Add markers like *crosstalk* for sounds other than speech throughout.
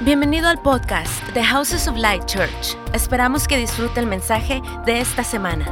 Bienvenido al podcast The Houses of Light Church. Esperamos que disfrute el mensaje de esta semana.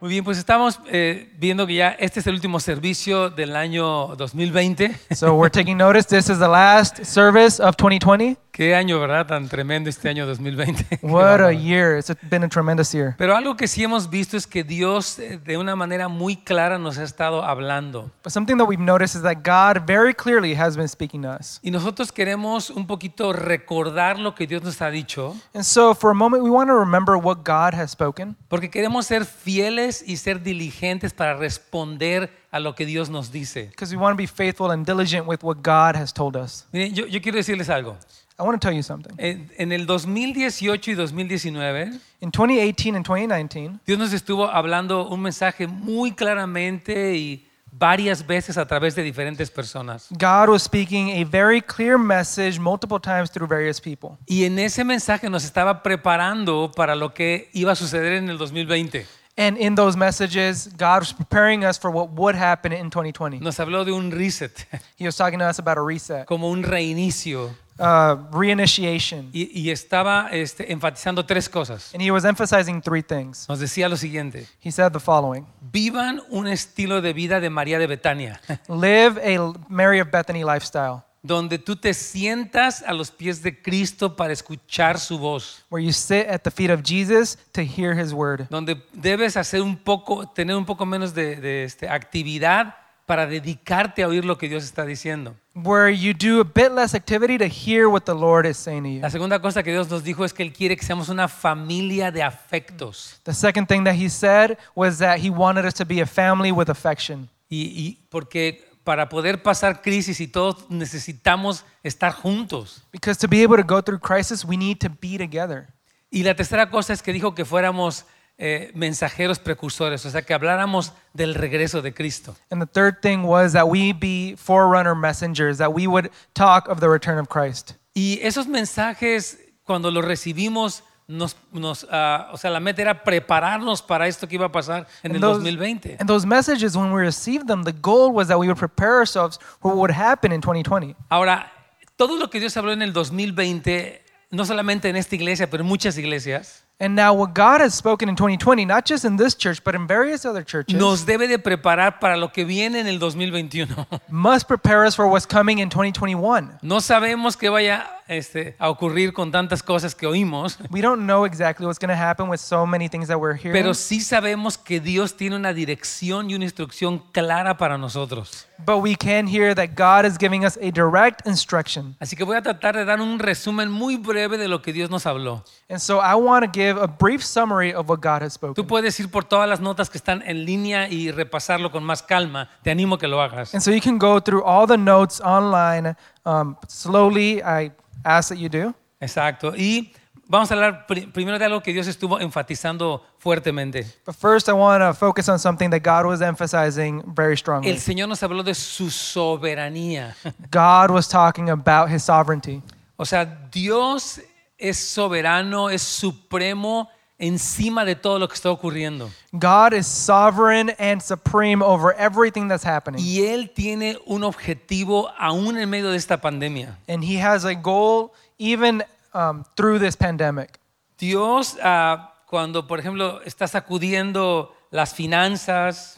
Muy bien, pues estamos eh, viendo que ya este es el último servicio del año 2020. So we're taking notice. This is the last service of 2020. Qué año, ¿verdad? Tan tremendo este año 2020. *laughs* Qué What a bárbaro. year! It's been a tremendous year. Pero algo que sí hemos visto es que Dios eh, de una manera muy clara nos ha estado hablando. But something that we've noticed is that God very clearly has been speaking to us. Y nosotros queremos un poquito recordar lo que Dios nos ha dicho, And so, for a moment, we want to remember what God has spoken porque queremos ser fieles y ser diligentes para responder a lo que Dios nos dice. because we want to be faithful and diligent with what God has told us. Miren, yo, yo quiero decirles algo. I want to tell you something. En, en el 2018 y 2019, In 2018 and 2019, Dios nos estuvo hablando un mensaje muy claramente y varias veces a través de diferentes personas. God was speaking a very clear message multiple times through various people. Y en ese mensaje nos estaba preparando para lo que iba a suceder en el 2020. And in those messages, God was preparing us for what would happen in 2020. Nos habló de un reset, *laughs* He was talking to us about a reset, como un reinicio. uh, reinitiation. Y, y estaba este, enfatizando tres cosas. And he was emphasizing three things. Nos decía lo siguiente, He said the following vivan un estilo de vida de María de Betania, *laughs* Live a Mary of Bethany lifestyle donde tú te sientas a los pies de Cristo para escuchar su voz. where you sit at the feet of Jesus to hear his word, donde debes hacer un poco, tener un poco menos de, de, este, actividad para dedicarte a oír lo que Dios está diciendo. where you do a bit less activity to hear what the Lord is saying to you. La segunda cosa que Dios nos dijo es que Él quiere que seamos una familia de afectos. The second thing that he said was that he wanted us to be a family with affection Y, y porque para poder pasar crisis y todos necesitamos estar juntos. because to be able to go through crisis, we need to be together. Y la tercera cosa es que dijo que fuéramos eh, mensajeros precursores, o sea, que habláramos del regreso de Cristo. And the third thing was that we be forerunner messengers, that we would talk of the return of Christ. Y esos mensajes, cuando los recibimos, nos, nos, ah, o sea, la meta era prepararnos para esto que iba a pasar en el And those- 2020. And those messages, when we received them, the goal was that we would prepare ourselves for what would happen in 2020. Ahora, todo lo que Dios habló en el 2020, no solamente en esta iglesia, pero en muchas iglesias, And now, what God has spoken in 2020, not just in this church, but in various other churches, nos debe de preparar para lo que viene en el 2021. must prepare us for what's coming in 2021. *laughs* No sabemos qué vaya este, a ocurrir con tantas cosas que oímos, We don't know exactly what's going to happen with so many things that we're hearing, pero sí sabemos que Dios tiene una dirección y una instrucción clara para nosotros. but we can hear that God is giving us a direct instruction. Así que voy a tratar de dar un resumen muy breve de lo que Dios nos habló. And so, I want to give a brief summary of what God has spoken. Tú puedes ir por todas las notas que están en línea y repasarlo con más calma. Te animo a que lo hagas. And so, you can go through all the notes online um, slowly. I ask that you do. Exacto. Y vamos a hablar pri- primero de algo que Dios estuvo enfatizando fuertemente. But first, I want to focus on something that God was emphasizing very strongly. El Señor nos habló de su soberanía. God was talking about his sovereignty. O sea, Dios es soberano, es supremo encima de todo lo que está ocurriendo. God is sovereign and supreme over everything that's happening. Y Él tiene un objetivo aún en medio de esta pandemia. And he has a goal even um, through this pandemic. Dios, ah, cuando por ejemplo está sacudiendo las finanzas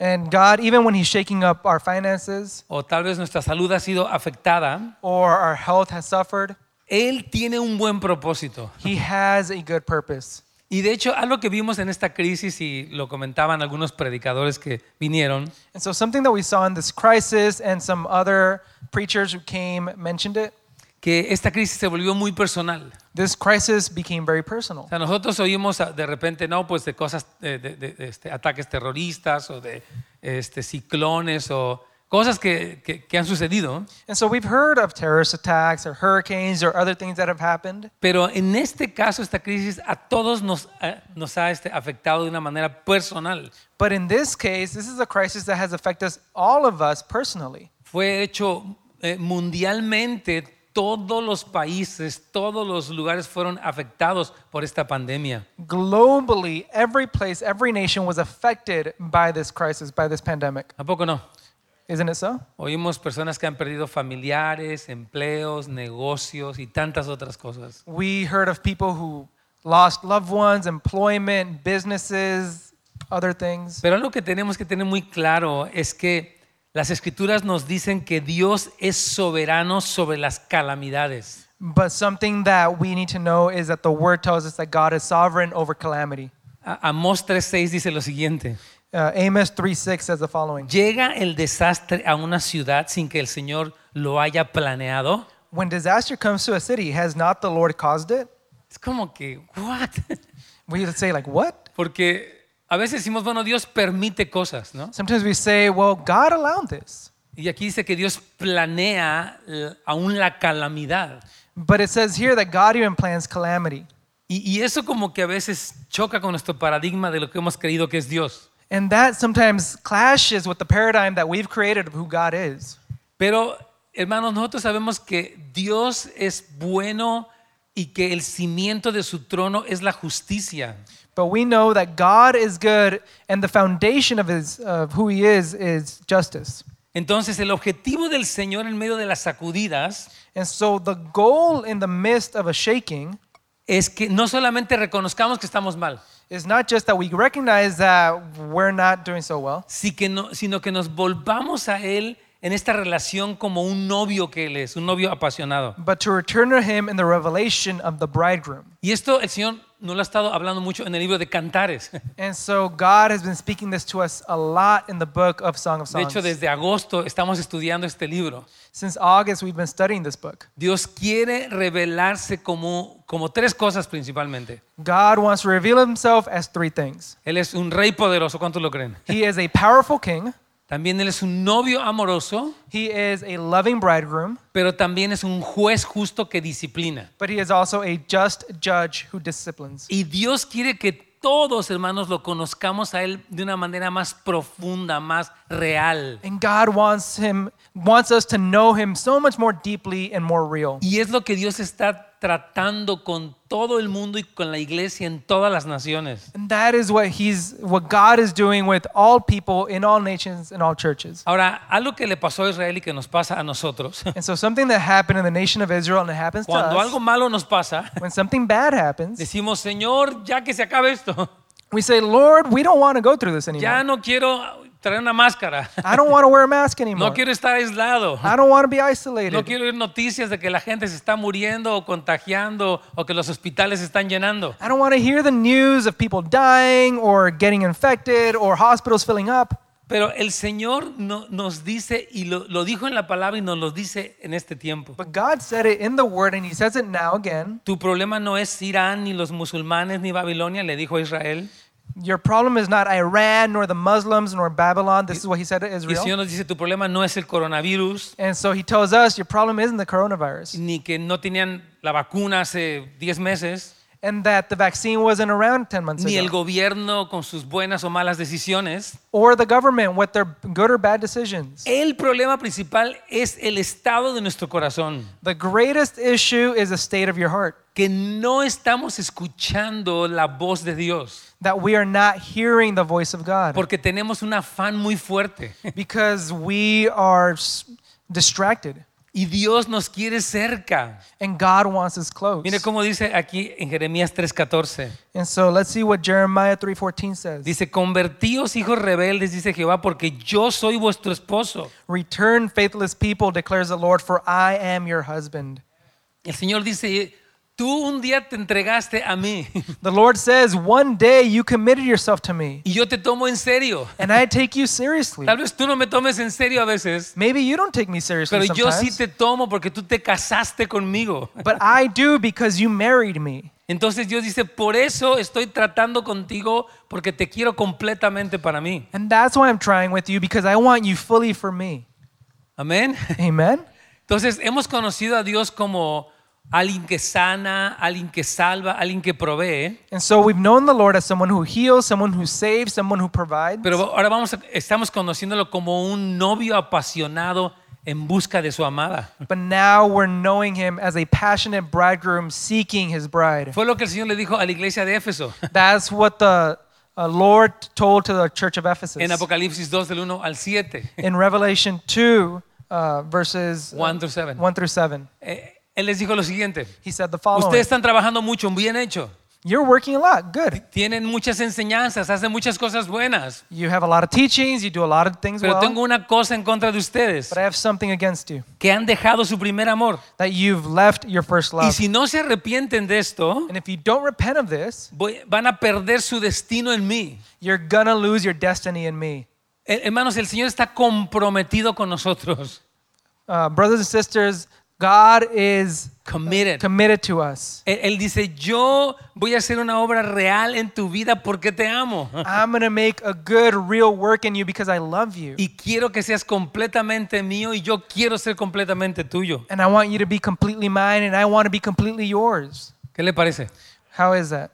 And God, even when he's shaking up our finances o tal vez nuestra salud ha sido afectada, or our health has suffered, Él tiene un buen propósito. he has a good purpose. Y de hecho, algo que vimos en esta crisis y lo comentaban algunos predicadores que vinieron, And so, something that we saw in this crisis and some other preachers who came mentioned it que esta crisis se volvió muy personal. this crisis became very O personal. sea, nosotros oímos ah, de repente, no, pues de cosas, eh, de, de- de, este, ataques terroristas o de este, ciclones o cosas que- que- que han sucedido. And so we've heard of terrorist attacks or hurricanes or other things that have happened. Pero en este caso, esta crisis a todos nos, ha- nos ha este, afectado de una manera personal. But in this case, this is a crisis that has affected us, all of us personally. Fue hecho eh, mundialmente, todos los países, todos los lugares fueron afectados por esta pandemia. Globally, every place, every nation was affected by this crisis, by this pandemic. ¿A poco no? Isn't it so? Oímos personas que han perdido familiares, empleos, negocios y tantas otras cosas. We heard of people who lost loved ones, employment, businesses, other things. Pero algo que tenemos que tener muy claro es que las escrituras nos dicen que Dios es soberano sobre las calamidades. But something that we need to know is that the word tells us that God is sovereign over calamity. A- Amós 3:6 dice lo siguiente. Uh, Amos 3 6 says the following ¿Llega el desastre a una ciudad sin que el Señor lo haya planeado? When disaster comes to a city, has not the Lord caused it? Es como que, ¿what? *laughs* We would say, like, what? Porque a veces decimos, bueno, Dios permite cosas, ¿no? Sometimes we say, well, God allowed this. Y aquí dice que Dios planea eh, aún la calamidad. But it says here that God even plans calamity. Y, y eso como que a veces choca con nuestro paradigma de lo que hemos creído que es Dios. And that sometimes clashes with the paradigm that we've created of who God is. Pero, hermanos, nosotros sabemos que Dios es bueno y que el cimiento de su trono es la justicia. But we know that God is good and the foundation of, his, of who he is is justice. Entonces, el objetivo del Señor en medio de las sacudidas And so the goal in the midst of a shaking es que no solamente reconozcamos que estamos mal, is not just that we recognize that we're not doing so well, si que no- sino que nos volvamos a Él en esta relación como un novio que Él es, un novio apasionado. but to return to him in the revelation of the bridegroom. Y esto el Señor nos lo ha estado hablando mucho en el libro de Cantares. And so God has been speaking this to us a lot in the book of Song of De Songs. hecho, desde agosto estamos estudiando este libro. Since August, we've been studying this book. Dios quiere revelarse como, como tres cosas principalmente. God wants to reveal himself as three things. Él es un rey poderoso, ¿cuántos lo creen? He is a powerful king, También Él es un novio amoroso, he is a loving bridegroom, pero también es un juez justo que disciplina. but he is also a just judge who disciplines. Y Dios quiere que todos, hermanos, lo conozcamos a Él de una manera más profunda, más real. And God wants him wants us to know him so much more deeply and more real. Y es lo que Dios está tratando con todo el mundo y con la iglesia en todas las naciones. And that is what he's what God is doing with all people in all nations and all churches. Ahora, algo que le pasó a Israel y que nos pasa a nosotros, *laughs* And so something that happened in the nation of Israel and it happens to cuando algo us, malo nos pasa, when something bad happens, decimos, Señor, ya que se acabe esto, we say, "Lord, we don't want to go through this ya anymore. no quiero traer una máscara, I don't want to wear a mask anymore. no quiero estar aislado, I don't want to be no isolated. quiero oír noticias de que la gente se está muriendo o contagiando o que los hospitales se están llenando. I don't want to hear the news of people dying or getting infected or hospitals filling up. Pero el Señor no- nos dice, y lo, lo dijo en la palabra y nos lo dice en este tiempo, But God said it in the word and he says it now again. tu problema no es Irán, ni los musulmanes, ni Babilonia, le dijo a Israel. Your problem is not Iran nor the Muslims nor Babylon. This is what he said to Y el Señor Israel. nos dice, tu problema no es el coronavirus, And so he tells us your problem isn't the coronavirus ni que no tenían la vacuna hace 10 meses, and that the vaccine wasn't around 10 months ni el ago gobierno con sus buenas o malas decisiones. or the government with their good or bad decisions. El problema principal es el estado de nuestro corazón, The greatest issue is the state of your heart, que no estamos escuchando la voz de Dios, that we are not hearing the voice of God porque tenemos un afán muy fuerte. because we are s- distracted Y Dios nos quiere cerca. and God wants us close. Mire cómo dice aquí en Jeremías 3:14. And so let's see what Jeremiah 3:14 says. Dice, convertíos hijos rebeldes, dice Jehová, porque yo soy vuestro esposo. Return faithless people declares the Lord for I am your husband. El Señor dice, tú un día te entregaste a mí. The Lord says, One day you committed yourself to me, y yo te tomo en serio. and I take you seriously. Tal vez tú no me tomes en serio a veces, Maybe you don't take me seriously pero yo sí sometimes, te tomo porque tú te casaste conmigo. but I do because you married me. Entonces Dios dice, por eso estoy tratando contigo porque te quiero completamente para mí. And that's why I'm trying with you because I want you fully for me. Amén. Amen? Entonces hemos conocido a Dios como alguien que sana, alguien que salva, alguien que provee. And so we've known the Lord as someone who heals, someone who saves, someone who provides. Pero ahora vamos a- estamos conociéndolo como un novio apasionado en busca de su amada. But now we're knowing him as a passionate bridegroom seeking his bride. Fue lo que el Señor le dijo a la iglesia de Éfeso. That's what the uh, Lord told to the church of Ephesus. En Apocalipsis 2 del 1 al 7. In Revelation 2, uh, verses uh, 1 through 7. 1 through 7, Eh, él les dijo lo siguiente. he said the following Ustedes están trabajando mucho, bien hecho. You're working a lot, good. Tienen muchas enseñanzas, hacen muchas cosas buenas. You have a lot of teachings, you do a lot of things Pero well, tengo una cosa en contra de ustedes, but I have something against you que han dejado su primer amor. that you've left your first Y love. si no se arrepienten de esto, And if you don't repent of this, voy- van a perder su destino en mí. you're gonna lose your destiny in me. Eh, Hermanos, el Señor está comprometido con nosotros. Uh, brothers and sisters, God is Committed. committed to us. Él- Él dice, yo voy a hacer una obra real en tu vida porque te amo. I'm gonna make a good, real work in you because I love you. Y quiero que seas completamente mío y yo quiero ser completamente tuyo. And I want you to be completely mine and I wanna be completely yours. ¿Qué le parece? How is that?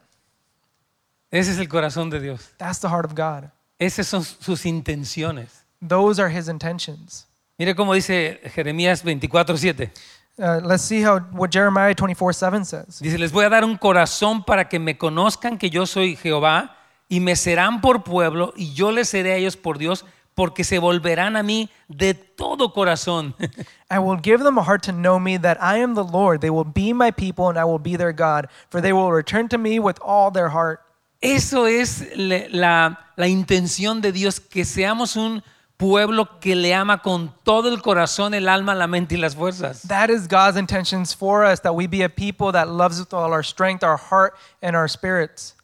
Ese es el corazón de Dios. That's the heart of God. Esas son sus intenciones. Those are his intentions. Mire cómo dice Jeremías 24:7. Uh, let's see how what Jeremiah 24 7 says. Dice, les voy a dar un corazón para que me conozcan que yo soy Jehová y me serán por pueblo y yo les seré a ellos por Dios porque se volverán a mí de todo corazón. *laughs* I will give them a heart to know me that I am the Lord. They will be my people and I will be their God, for they will return to me with all their heart. Eso es le- la, la intención de Dios, que seamos un pueblo que le ama con todo el corazón, el alma, la mente y las fuerzas. That is God's intentions for us, that we be a people that loves with all our strength, our heart, and our spirits.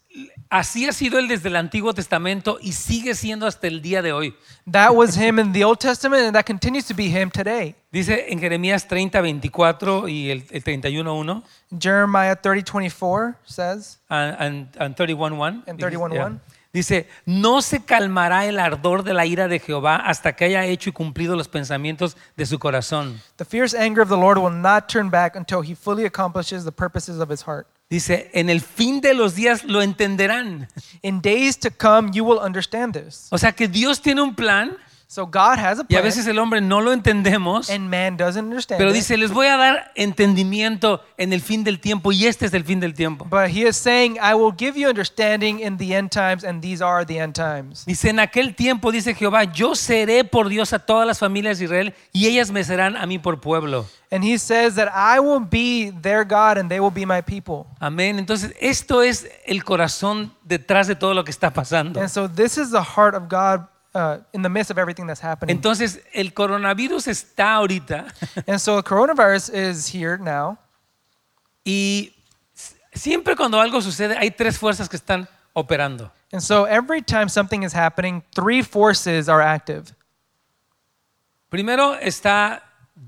Así ha sido Él desde el Antiguo Testamento y sigue siendo hasta el día de hoy. That was him in the Old Testament, and that continues to be him today. Dice en Jeremías 30, 24 y el, el 31, 1. Jeremiah 30 24 says, and, and- and 31:1. And Dijiste, 31:1. ya. Dice, no se calmará el ardor de la ira de Jehová hasta que haya hecho y cumplido los pensamientos de su corazón. The fierce anger of the Lord will not turn back until he fully accomplishes the purposes of his heart. Dice, en el fin de los días lo entenderán. In days to come, you will understand this. O sea que Dios tiene un plan So God has a y a plan, veces el hombre no lo entendemos, and man doesn't understand pero it. dice, les voy a dar entendimiento en el fin del tiempo y este es el fin del tiempo. But he is saying, I will give you understanding in the end times, and these are the end times. Dice, en aquel tiempo, dice Jehová, yo seré por Dios a todas las familias de Israel y ellas me serán a mí por pueblo. And he says that I will be their God, and they will be my people. Amén. Entonces, esto es el corazón detrás de todo lo que está pasando. And so this is the heart of God uh, in the midst of everything that's happening. Entonces, el coronavirus está ahorita and so coronavirus is here now. y s- siempre cuando algo sucede hay tres fuerzas que están operando. And so every time something is happening, three forces are active. Primero está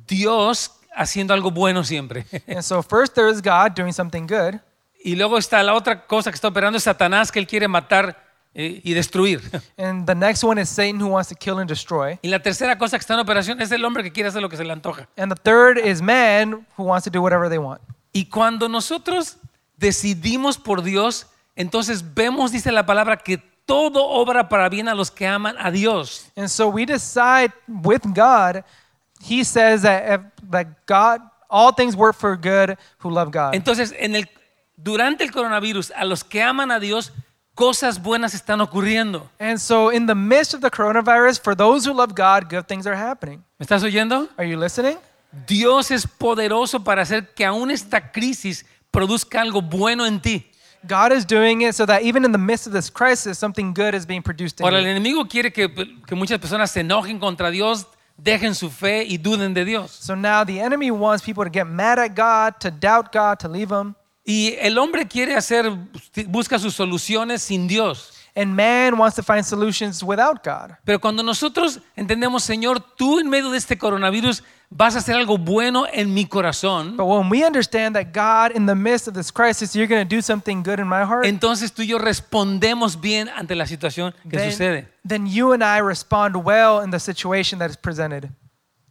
Dios haciendo algo bueno siempre. And so first there is God doing something good, Y luego está la otra cosa que está operando, es Satanás, que él quiere matar eh, y destruir. and the next one is Satan who wants to kill and destroy. Y la tercera cosa que está en operación es el hombre que quiere hacer lo que se le antoja. And the third is man who wants to do whatever they want. Y cuando nosotros decidimos por Dios, entonces vemos, dice la palabra, que todo obra para bien a los que aman a Dios. And so we decide with God, he says that, if, that God, all things work for good who love God. Entonces, en el, durante el coronavirus, a los que aman a Dios, cosas buenas están ocurriendo. and so in the midst of the coronavirus, for those who love God, good things are happening. ¿Me estás oyendo? Are you listening? Dios es poderoso para hacer que aún esta crisis produzca algo bueno en ti. God is doing it so that even in the midst of this crisis, something good is being produced in Ahora, el you. enemigo quiere que, que muchas personas se enojen contra Dios, dejen su fe y duden de Dios. So now the enemy wants people to get mad at God, to doubt God, to leave Him. Y el hombre quiere hacer, busca sus soluciones sin Dios. And man wants to find solutions without God. Pero cuando nosotros entendemos, Señor, tú en medio de este coronavirus vas a hacer algo bueno en mi corazón, But when we understand that God, in the midst of this crisis, you're going to do something good in my heart, entonces tú y yo respondemos bien ante la situación que then, sucede. then you and I respond well in the situation that is presented.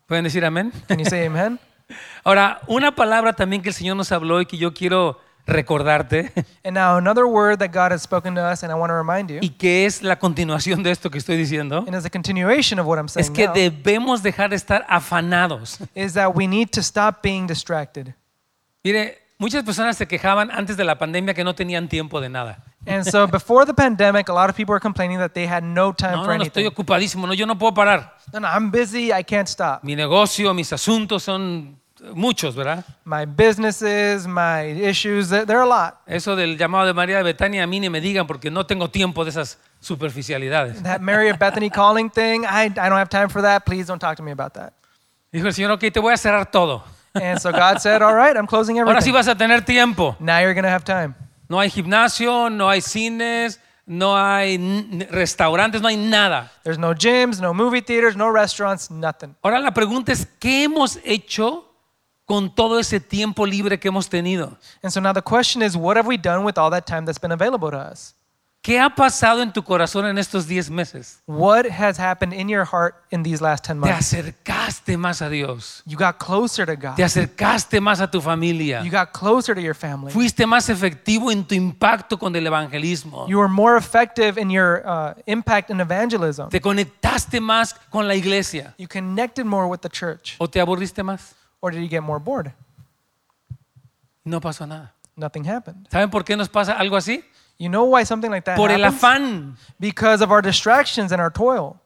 ¿Pueden decir amén? Can you say amen? *laughs* Ahora, una palabra también que el Señor nos habló y que yo quiero recordarte, And now, another word that God has spoken to us, and I want to remind you, y que es la continuación de esto que estoy diciendo, and as a continuation of what I'm es saying, que now, debemos dejar de estar afanados. is that we need to stop being distracted. Mire, muchas personas se quejaban antes de la pandemia que no tenían tiempo de nada. And so *laughs* before the pandemic, a lot of people were complaining that they had no time No, for no, no, estoy anything. ocupadísimo, no, yo no puedo parar. No, no, I'm busy. I can't stop. Mi negocio, mis asuntos son muchos, ¿verdad? My businesses, my issues, there there are a lot. Eso del llamado de María de Betania a mí ni me digan porque no tengo tiempo de esas superficialidades. That Mary of *laughs* Bethany calling thing, I, I don't have time for that. Please don't talk to me about that. Dijo el Señor, ok, te voy a cerrar todo. And so God said, All right, I'm closing *laughs* Ahora sí everything. vas a tener tiempo. Now you're going to have time. No hay gimnasio, no hay cines, no hay n- restaurantes, no hay nada. There's no gyms, no movie theaters, no restaurants, nothing. Ahora la pregunta es, ¿qué hemos hecho con todo ese tiempo libre que hemos tenido? And so now the question is, what have we done with all that time that's been available to us? ¿Qué ha pasado en tu corazón en estos 10 meses? What has happened in your heart in these last 10 Te months? acercaste más a Dios, You got closer to te God. acercaste más a tu Ah, You familia, got closer to your family. fuiste más efectivo en tu impacto con el evangelismo, You were more effective in your uh, impact in evangelism. te conectaste más con la iglesia You connected more with the church. o te aburriste más. Or did you get more bored? No pasó nada. Nothing happened. ¿Saben por qué nos pasa algo así? You know why something like that Por el happens? afán. Because of our distractions and our toil.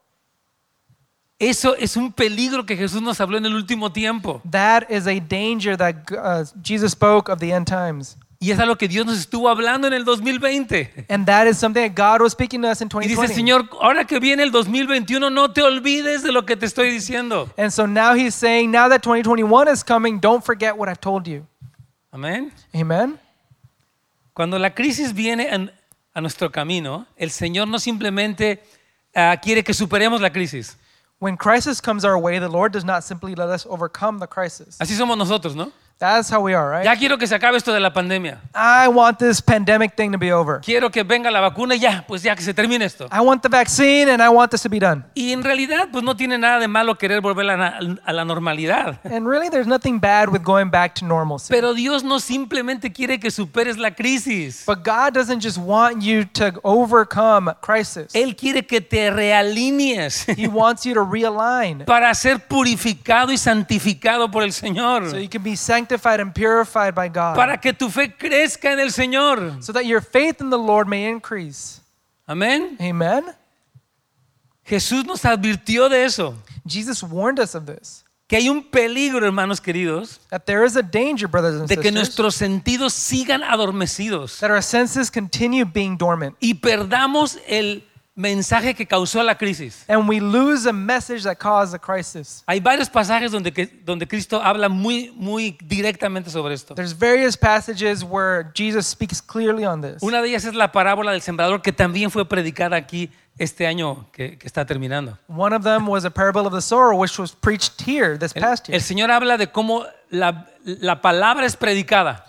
Eso es un peligro que Jesús nos habló en el último tiempo. That is a danger that uh, Jesus spoke of the end times. Y es a lo que Dios nos estuvo hablando en el 2020. And that is something that God was speaking to us in Y dice, 2020. Señor, ahora que viene el 2021, no te olvides de lo que te estoy diciendo. And so now he's saying, now that 2021 is coming, don't forget what I've told you. Amén. Amen. Cuando la crisis viene en- a nuestro camino, el Señor no simplemente ah, quiere que superemos la crisis. When crisis comes our way, the Lord does not simply let us overcome the crisis. Así somos nosotros, ¿no? That's how we are, right? Ya quiero que se acabe esto de la pandemia. I want this pandemic thing to be over. Quiero que venga la vacuna y ya, pues ya que se termine esto. I want the vaccine and I want this to be done. Y en realidad, pues no tiene nada de malo querer volver a la, a la normalidad. And really, there's nothing bad with going back to normalcy. Pero Dios no simplemente quiere que superes la crisis. But God doesn't just want you to overcome crisis, Él quiere que te realinees He wants you to realign para ser purificado y santificado por el Señor. so you can be sanctified and purified by God, Para que tu fe crezca en el Señor. so that your faith in the Lord may increase. Amén. Amen? Jesús nos advirtió de eso. Jesus warned us of this Que hay un peligro, hermanos queridos, that there is a danger, brothers and de que sisters, nuestros sentidos sigan adormecidos that our senses continue being dormant. y perdamos el mensaje que causó la crisis. and we lose a message that caused the crisis. Hay varios pasajes donde, que- donde Cristo habla muy, muy directamente sobre esto. There's various passages where Jesus speaks clearly on this. Una de ellas es la parábola del sembrador que también fue predicada aquí este año que, que está terminando. One of them was a parable of the sower, which was preached here this El, past year. el Señor habla de cómo la, la palabra es predicada,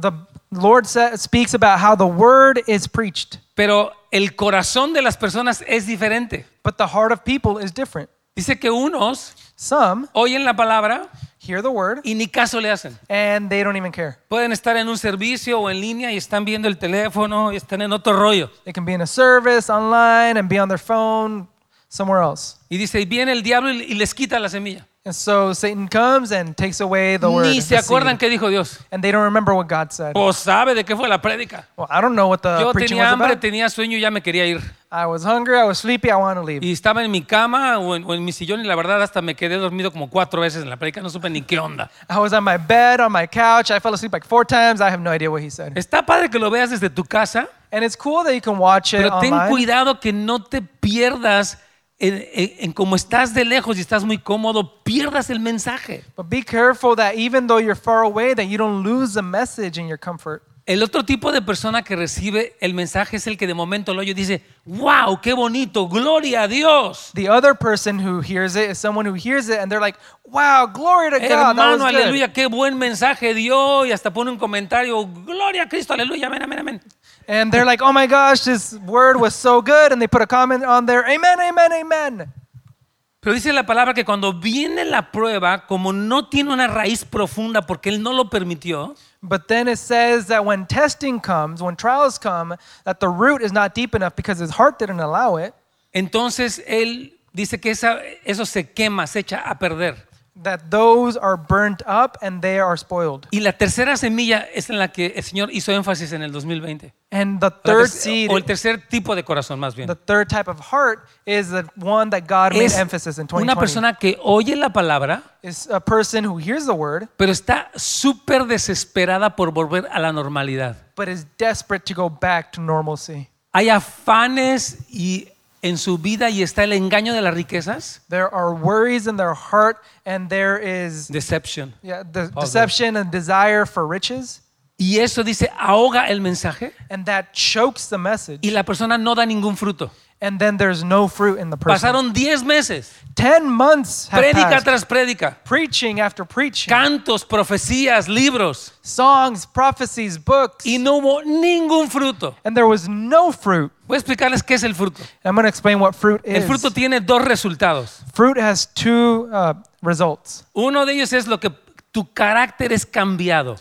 The Lord sa- speaks about how the word is preached, pero el corazón de las personas es diferente. but the heart of people is different. Dice que unos Some oyen la palabra hear the word y ni caso le hacen. and they don't even care. Pueden estar en un servicio o en línea y están viendo el teléfono y están en otro rollo. They can be in a service online and be on their phone somewhere else. Y dice, y viene el diablo y- y les quita la semilla. And so Satan comes and takes away the word. Ni se the seed. acuerdan que dijo Dios. and they don't remember what God said. Pues sabe de qué fue la prédica. Well, I don't know what the Yo Ah, preaching tenía was hambre, about. tenía sueño y ya me quería ir. I was hungry, I was sleepy, I want to leave. Y estaba en mi cama o en, o en mi sillón y la verdad hasta me quedé dormido como cuatro veces en la prédica, no supe ni qué onda. I was on my bed, on my couch, I fell asleep like four times, I have no idea what he said. Está padre que lo veas desde tu casa, And it's cool that you can watch it pero ten online, cuidado que no te pierdas en, en- en como estás de lejos y estás muy cómodo, pierdas el mensaje. but be careful that even though you're far away, that you don't lose the message in your comfort. El otro tipo de persona que recibe el mensaje es el que de momento lo oye y dice, wow, qué bonito, gloria a Dios. The other person who hears it is someone who hears it and they're like, wow, glory to God, that was Hermano, good." aleluya, qué buen mensaje dio y hasta pone un comentario, gloria a Cristo, aleluya, amén, amén, amén. And they're like, oh my gosh, this word was so good. And they put a comment on there, amen, amen, amen. Pero dice la palabra que cuando viene la prueba, como no tiene una raíz profunda porque Él no lo permitió, But then it says that when testing comes, when trials come, that the root is not deep enough because his heart didn't allow it. entonces Él dice que esa- eso se quema, se echa a perder. that those are burnt up and they are spoiled. Y la tercera semilla es en la que el Señor hizo énfasis en el 2020. And the La third terc- seed, o el tercer tipo de corazón más bien. the third type of heart, is the one that God made Es emphasis in una 2020. persona que oye la palabra, Is a person who hears the word pero está súper desesperada por volver a la normalidad. but is desperate to go back to normalcy. Hay afanes y en su vida y está el engaño de las riquezas, There are worries in their heart and there is deception. yeah, the Paul deception and desire for riches Y eso dice ahoga el mensaje and that chokes the message y la persona no da ningún fruto. and then there's no fruit in the person. Pasaron 10 meses, 10 months have prédica passed. tras prédica, Preaching after preaching, cantos, profecías, libros songs, prophecies, books, y no hubo ningún fruto. and there was no fruit. Voy a explicarles qué es el fruto. I'm going to explain what fruit El is. fruto tiene dos resultados. Fruit has two uh, results. Uno de ellos es lo que tu carácter es cambiado.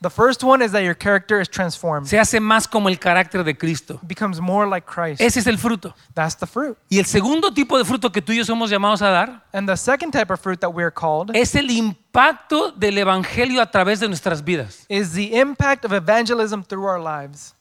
The first one is that your character is transformed, Se hace más como el carácter de Cristo. becomes more like Christ. Ese es el fruto. That's the fruit. Y el segundo tipo de fruto que tú y yo somos llamados a dar And the second type of fruit that we're called es el impacto del Evangelio a través de nuestras vidas. is the impact of evangelism through our lives.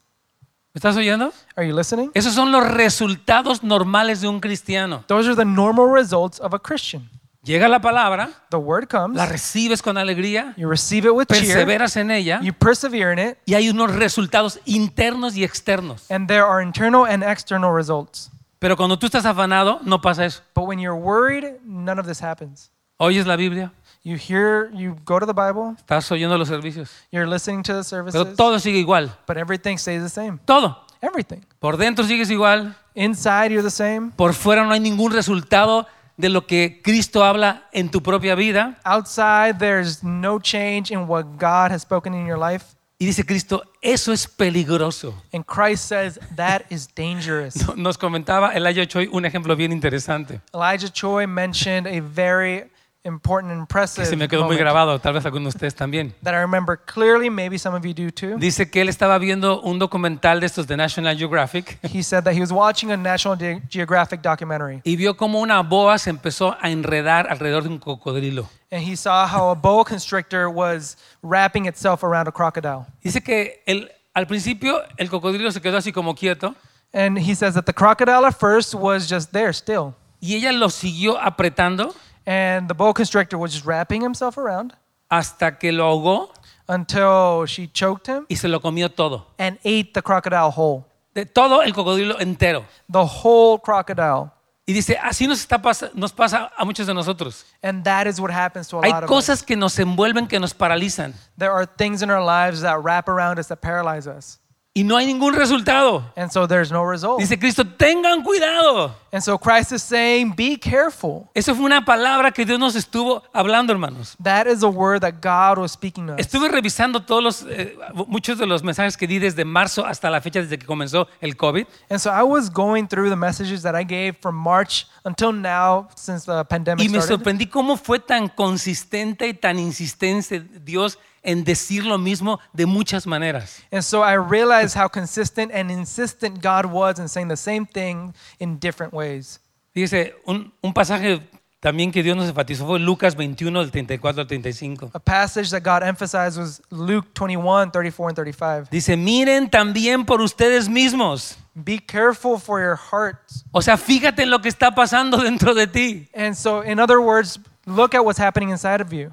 ¿Me estás oyendo? Are you listening? Esos son los resultados normales de un cristiano. Those are the normal results of a Christian. Llega la palabra, The word comes, la recibes con alegría, you receive it with cheer, perseveras en ella you persevere in it, y hay unos resultados internos y externos. and there are internal and external results. Pero cuando tú estás afanado, no pasa eso. But when you're worried, none of this happens. Oyes la Biblia, You hear, you go to the Bible, estás oyendo los servicios, you're listening to the pero services, todo sigue igual. but everything stays the same. Todo. Everything. Por dentro sigues igual, Inside, you're the same. por fuera no hay ningún resultado de lo que Cristo habla en tu propia vida. Outside, there's no change in what God has spoken in your life. Y dice Cristo, eso es peligroso. *laughs* And Christ says that is dangerous. No- Nos comentaba Elijah Choi un ejemplo bien interesante Elijah Choi mentioned a very important, que impressive se me quedó muy moment grabado, tal vez algunos de ustedes también. that I remember clearly. Maybe some of you do *laughs* too. Dice que él estaba viendo un documental de estos de National Geographic He said that he was watching a National Ge- Geographic documentary, y vio cómo una boa se empezó a enredar alrededor de un cocodrilo. and he saw how a boa constrictor was wrapping itself around a crocodile. Dice que el- al principio el cocodrilo se quedó así como quieto And he says that the crocodile at first was just there still, y ella lo siguió apretando and the boa constrictor was just wrapping himself around hasta que lo ahogó until she choked him y se lo comió todo. and ate the crocodile whole, De todo el cocodrilo entero. the whole crocodile. Y dice, así nos, está pas- nos pasa a muchos de nosotros. And that is what happens to a Hay lot of us. cosas que nos envuelven, que nos paralizan. There are things in our lives that wrap around us that paralyze us. Y no hay ningún resultado. And so there's no result. Dice Cristo, tengan cuidado. And so Christ is saying, be careful. Eso fue una palabra que Dios nos estuvo hablando, hermanos. That is a word that God was speaking to us. Estuve revisando todos los, eh, muchos de los mensajes que di desde marzo hasta la fecha, desde que comenzó el COVID. And so I was going through the messages that I gave from March until now since the pandemic Y me started. sorprendí cómo fue tan consistente y tan insistente Dios en decir lo mismo de muchas maneras. And so I realized how consistent and insistent God was in saying the same thing in different ways. Fíjese, un, un pasaje también que Dios nos enfatizó fue Lucas 21, del 34 al 35. A passage that God emphasized was Luke 21, 34 and 35. Dice, miren también por ustedes mismos. Be careful for your hearts. O sea, fíjate en lo que está pasando *laughs* dentro de ti. And so, in other words, look at what's happening inside of you.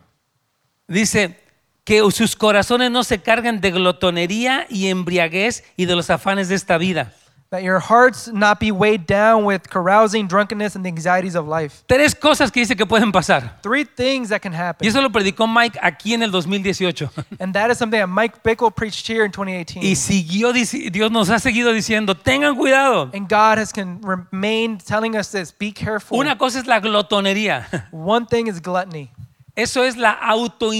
Dice, que sus corazones no se carguen de glotonería y embriaguez y de los afanes de esta vida. That your hearts not be weighed down with carousing, drunkenness, and the anxieties of life. Tres cosas que dice que pueden pasar. Three things that can happen. Y eso lo predicó Mike aquí en el 2018. And that is something that Mike Bickle preached here in 2018. Y siguió, dici- Dios nos ha seguido diciendo, tengan cuidado. And God has can remain telling us this be careful. Una cosa es la glotonería. One thing is gluttony, Eso es la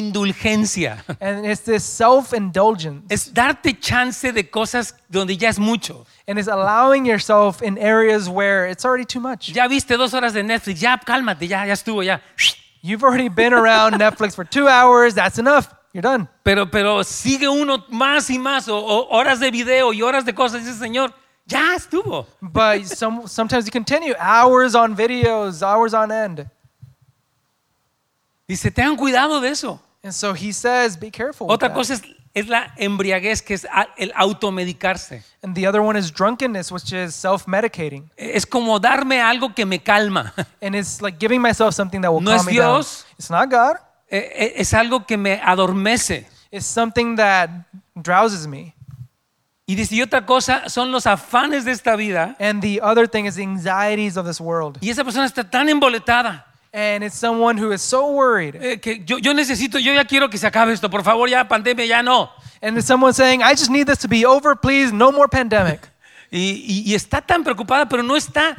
autoindulgencia. and it's this self indulgence, Es darte chance de cosas donde ya es mucho. and it's allowing yourself in areas where it's already too much. Ya viste dos horas de Netflix, ya cálmate, ya, ya estuvo, ya. You've already been around *laughs* Netflix for two hours, that's enough, you're done. Pero, pero sigue uno más y más, o, o horas de video y horas de cosas. Dice, Señor, ya estuvo. But some, sometimes you continue hours on videos, hours on end. Dice, tengan cuidado de eso. And so he says, be careful. with Otra that. cosa es, es la embriaguez, que es a- el automedicarse. And the other one is drunkenness, which is self medicating. E, Es como darme algo que me calma. *laughs* And it's like giving myself something that will No calm es me down. Dios. It's not God, Eh, eh, Es algo que me adormece. it's something that drowses me. Y dice, y otra cosa son los afanes de esta vida. And the other thing is the anxieties of this world. Y esa persona está tan emboletada. And it's someone who is so worried. eh, que yo, yo necesito, yo ya quiero que se acabe esto. Por favor, ya pandemia, ya no. And it's someone saying, I just need this to be over, please, no more pandemic. Y, y- y está tan preocupada, pero no está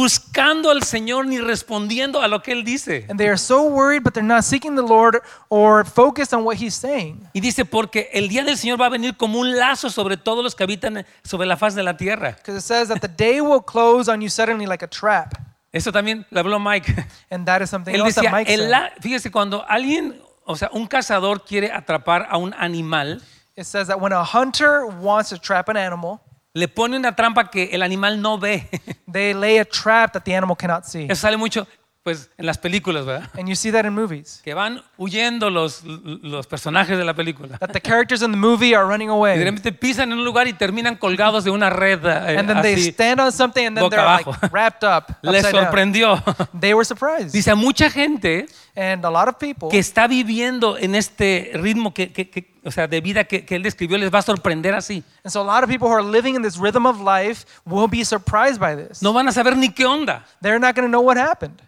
buscando al Señor ni respondiendo a lo que Él dice. And they are so worried, but they're not seeking the Lord or focused on what He's saying. Y dice, porque el día del Señor va a venir como un lazo sobre todos los que habitan sobre la faz de la tierra. Because it says that the day will close on you suddenly like a trap. Eso también lo habló Mike. And that is something Él else decía, that Mike el said. la- fíjese, cuando alguien, o sea, un cazador quiere atrapar a un animal, It says that when a hunter wants to trap an animal, le pone una trampa que el animal no ve. they lay a trap that the animal cannot see. Eso sale mucho, pues, en las películas, ¿verdad? And you see that in movies. Que van huyendo los, los personajes de la película. That the characters in the movie are running Y de away. repente pisan en un lugar y terminan colgados de una red. eh, And then they así. stand on something and then boca they're abajo. like wrapped up. *laughs* Les upside down. sorprendió. *laughs* They were surprised. Dice a mucha gente And a lot of people que está viviendo en este ritmo que, que- que- o sea, de vida que, que él describió les va a sorprender así. And so a lot of people who are living in this rhythm of life will be surprised by this. No van a saber ni qué onda. They're not going to know what happened.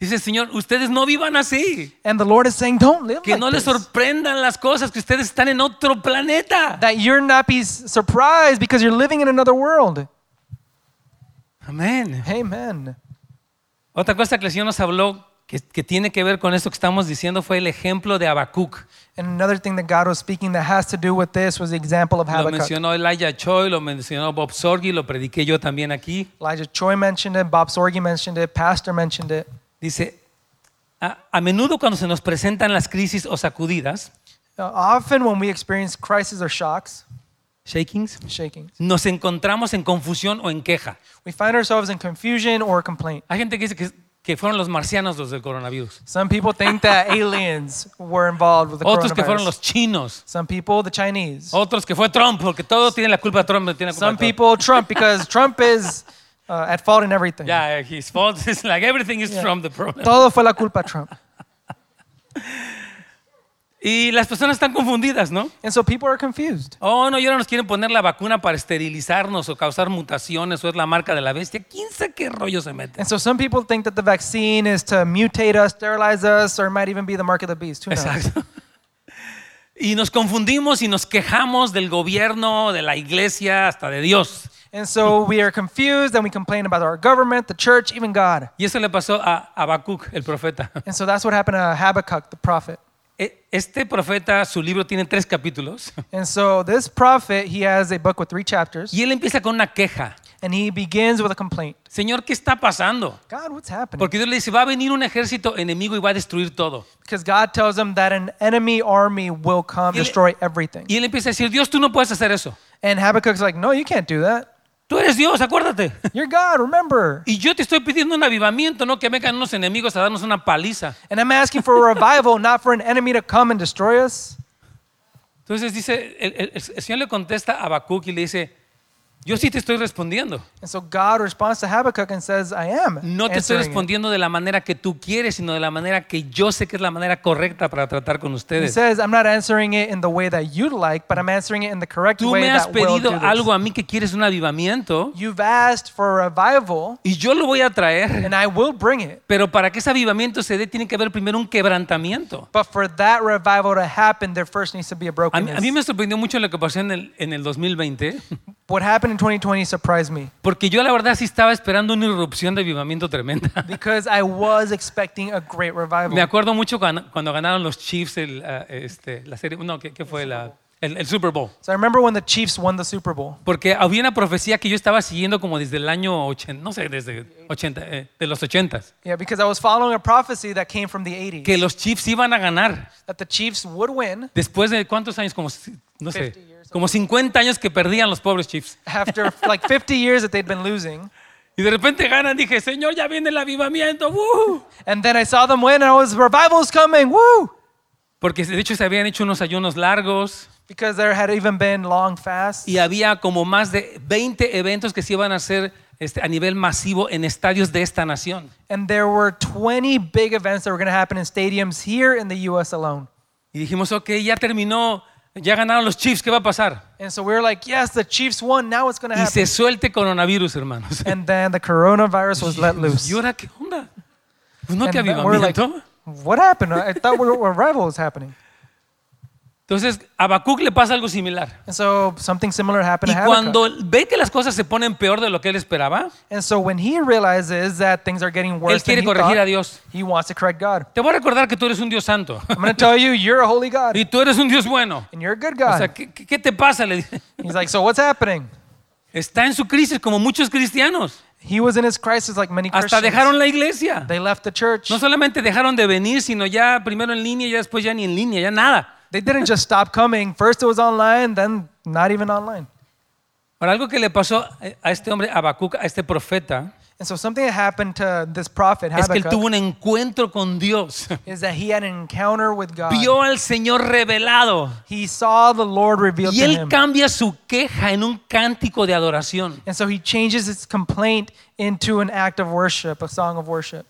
Dice, Señor, ustedes no vivan así. And the Lord is saying, don't live Que like no les this. sorprendan las cosas, que ustedes están en otro planeta. That you're not be s- surprised because you're living in another world. Amén. Amen. Otra cosa que el Señor nos habló que, que tiene que ver con esto que estamos diciendo fue el ejemplo de Habacuc. And another thing that God was speaking that has to do with this was the example of Lo Habakkuk. mencionó Elijah Choi, lo mencionó Bob Sorgi, lo prediqué yo también aquí. Elijah Choi mentioned it, Bob Sorge mentioned it, Pastor mentioned it. Dice, a, a menudo cuando se nos presentan las crisis o sacudidas, Now, often when we experience crises or shocks, shakings, shaking, nos encontramos en confusión o en queja. we find ourselves in confusion or complaint. Hay gente que dice que, que fueron los marcianos los del coronavirus, Some people think *laughs* that aliens were involved with the otros que coronavirus. fueron los Oh, chinos, Some people, the Chinese. otros que fue Trump, porque todo tiene la culpa de Trump, tiene la culpa Some de todo. people, *laughs* Trump, because Trump is uh, at fault in everything. Yeah, eh, his fault *laughs* is like everything is from the problem. Todo fue la culpa Trump. Y las personas están confundidas, ¿no? And so people are confused. Oh, no, y ahora nos quieren poner la vacuna para esterilizarnos o causar mutaciones o es la marca de la bestia. ¿Quién sabe qué rollo se *laughs* mete? And so some people think that the vaccine is to mutate us, sterilize us, or it might even be the mark of the beast. Who knows? Exacto. Y nos confundimos y nos quejamos del gobierno, de la iglesia, hasta de Dios. And so we are confused and we complain about our government, the church, even God. Y eso le pasó a Habacuc, el profeta. And so that's what happened to Habakkuk, the prophet. E- Este profeta, su libro tiene tres capítulos And so this prophet, he has a book with three chapters, y él empieza con una queja. and he begins with a complaint. Señor, ¿qué está pasando? God, what's happening? Porque Dios le dice, va a venir un ejército enemigo y va a destruir todo. Because God tells him that an enemy army will come, Y él- destroy everything. Y él empieza a decir, Dios, tú no puedes hacer eso. And Habakkuk's like, no, you can't do that. Tú eres Dios, acuérdate. You're God, remember. Y yo te estoy pidiendo un avivamiento, no que vengan unos enemigos a darnos una paliza. And I'm asking for a revival, *laughs* not for an enemy to come and destroy us. Entonces dice, el, el- el Señor le contesta a Habacuc y le dice, yo sí te estoy respondiendo. And so God responds to Habakkuk and says, I am. No te estoy answering it. respondiendo de la manera que tú quieres, sino de la manera que yo sé que es la manera correcta para tratar con He ustedes. says, I'm not answering it in the way that you'd like, but I'm answering it in the correct Tú way me has that will do pedido this. algo a mí que quieres un avivamiento You've asked for a revival, y yo lo voy a traer. and I will bring it. Pero para que ese avivamiento se dé, tiene que haber primero un quebrantamiento. But for that revival to happen, there first needs to be a A mí, brokenness. a mí me sorprendió mucho lo que pasó en el, en el 2020, What happened in 2020 surprised me porque yo la verdad sí estaba esperando una irrupción de avivamiento tremenda. because I was expecting a great revival. Me acuerdo mucho cuando, cuando ganaron los Chiefs el, ah, este, la serie, no, ¿qué, qué fue? La, el, el Super Bowl. So I remember when the Chiefs won the Super Bowl. Porque había una profecía que yo estaba siguiendo como desde el año 80, no sé, desde 80, eh, de los 80, Yeah, because I was following a prophecy that came from the 80s que los Chiefs iban a ganar. that the Chiefs would win Después de cuántos años, como, si- no sé, 50 years. como 50 años que perdían los pobres Chiefs. *laughs* after like 50 years that they'd been losing. Y de repente ganan, dije, Señor, ya viene el avivamiento. ¡uh!" ¡Woo! And then I saw them win, and I was, revival's coming, woo! Porque de hecho se habían hecho unos ayunos largos Because there had even been long fasts. y había como más de 20 eventos que se iban a hacer este, a nivel masivo en estadios de esta nación. And there were 20 big events that were going to happen in stadiums here in the US alone. Y dijimos, ok, ya terminó, ya ganaron los Chiefs, ¿qué va a pasar? And so we were like, yes, the Chiefs won. Now it's going to Y happen. se suelte coronavirus, *laughs* hermanos. And then the coronavirus was let loose. ¿Y ahora qué onda? Pues no And que then we're like, avivamiento. what happened? I thought we were, revival was happening. Entonces, a Habacuc le pasa algo similar. And so something similar happened Y to Habakkuk. cuando ve que las cosas se ponen peor de lo que él esperaba, And so when he realizes that things are getting él worse, than quiere he, corregir a thought, Dios. he wants to correct God. Te voy a recordar que tú eres un Dios santo I'm going to tell you, you're a holy *laughs* God, y tú eres un Dios bueno. and you're a good O God. sea, ¿qué, qué- qué te pasa? Le dije. He's like, so what's happening? Está en su crisis como muchos cristianos. He was in his crisis like many Hasta Christians. dejaron la iglesia. They left the church. No solamente dejaron de venir, sino ya primero en línea, ya después ya ni en línea, ya nada. They didn't just stop coming. First it was online, then not even online. Ahora, algo que le pasó a este hombre, a Habacuc, a este profeta, And so something that happened to this prophet es que él Habakkuk tuvo un encuentro con *laughs* Dios. is that he had an encounter with God. Vio al Señor revelado. He saw the Lord revealed Y to él him. cambia su queja en un cántico de adoración. And so he changes his complaint into an act of worship, a song of worship.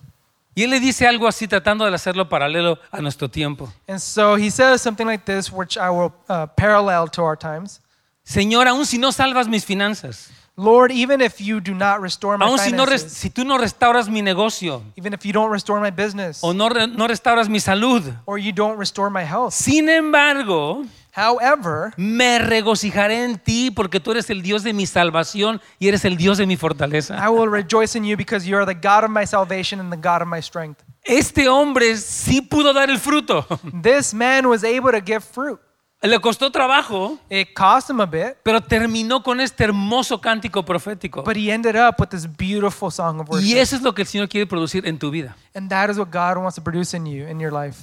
Y él le dice algo así tratando de hacerlo paralelo a nuestro tiempo. And so he says something like this, which I will uh, parallel to our times. Señor, aun si no salvas mis finanzas, Lord, even if you do not restore my aun si, no res- finances, si tú no restauras mi negocio even if you don't restore my business, o no, re- no restauras mi salud, or you don't restore my health. sin embargo, However, me regocijaré en ti porque tú eres el Dios de mi salvación y eres el Dios de mi fortaleza. I will rejoice in you because you are the God of my salvation and the God of my strength. Este hombre sí pudo dar el fruto. *laughs* This man was able to give fruit. Le costó trabajo, It cost him a bit, pero terminó con este hermoso cántico profético. but he ended up with this beautiful song of Y worship. eso es lo que el Señor quiere producir en tu vida. And that is what God wants to produce in you, in your life.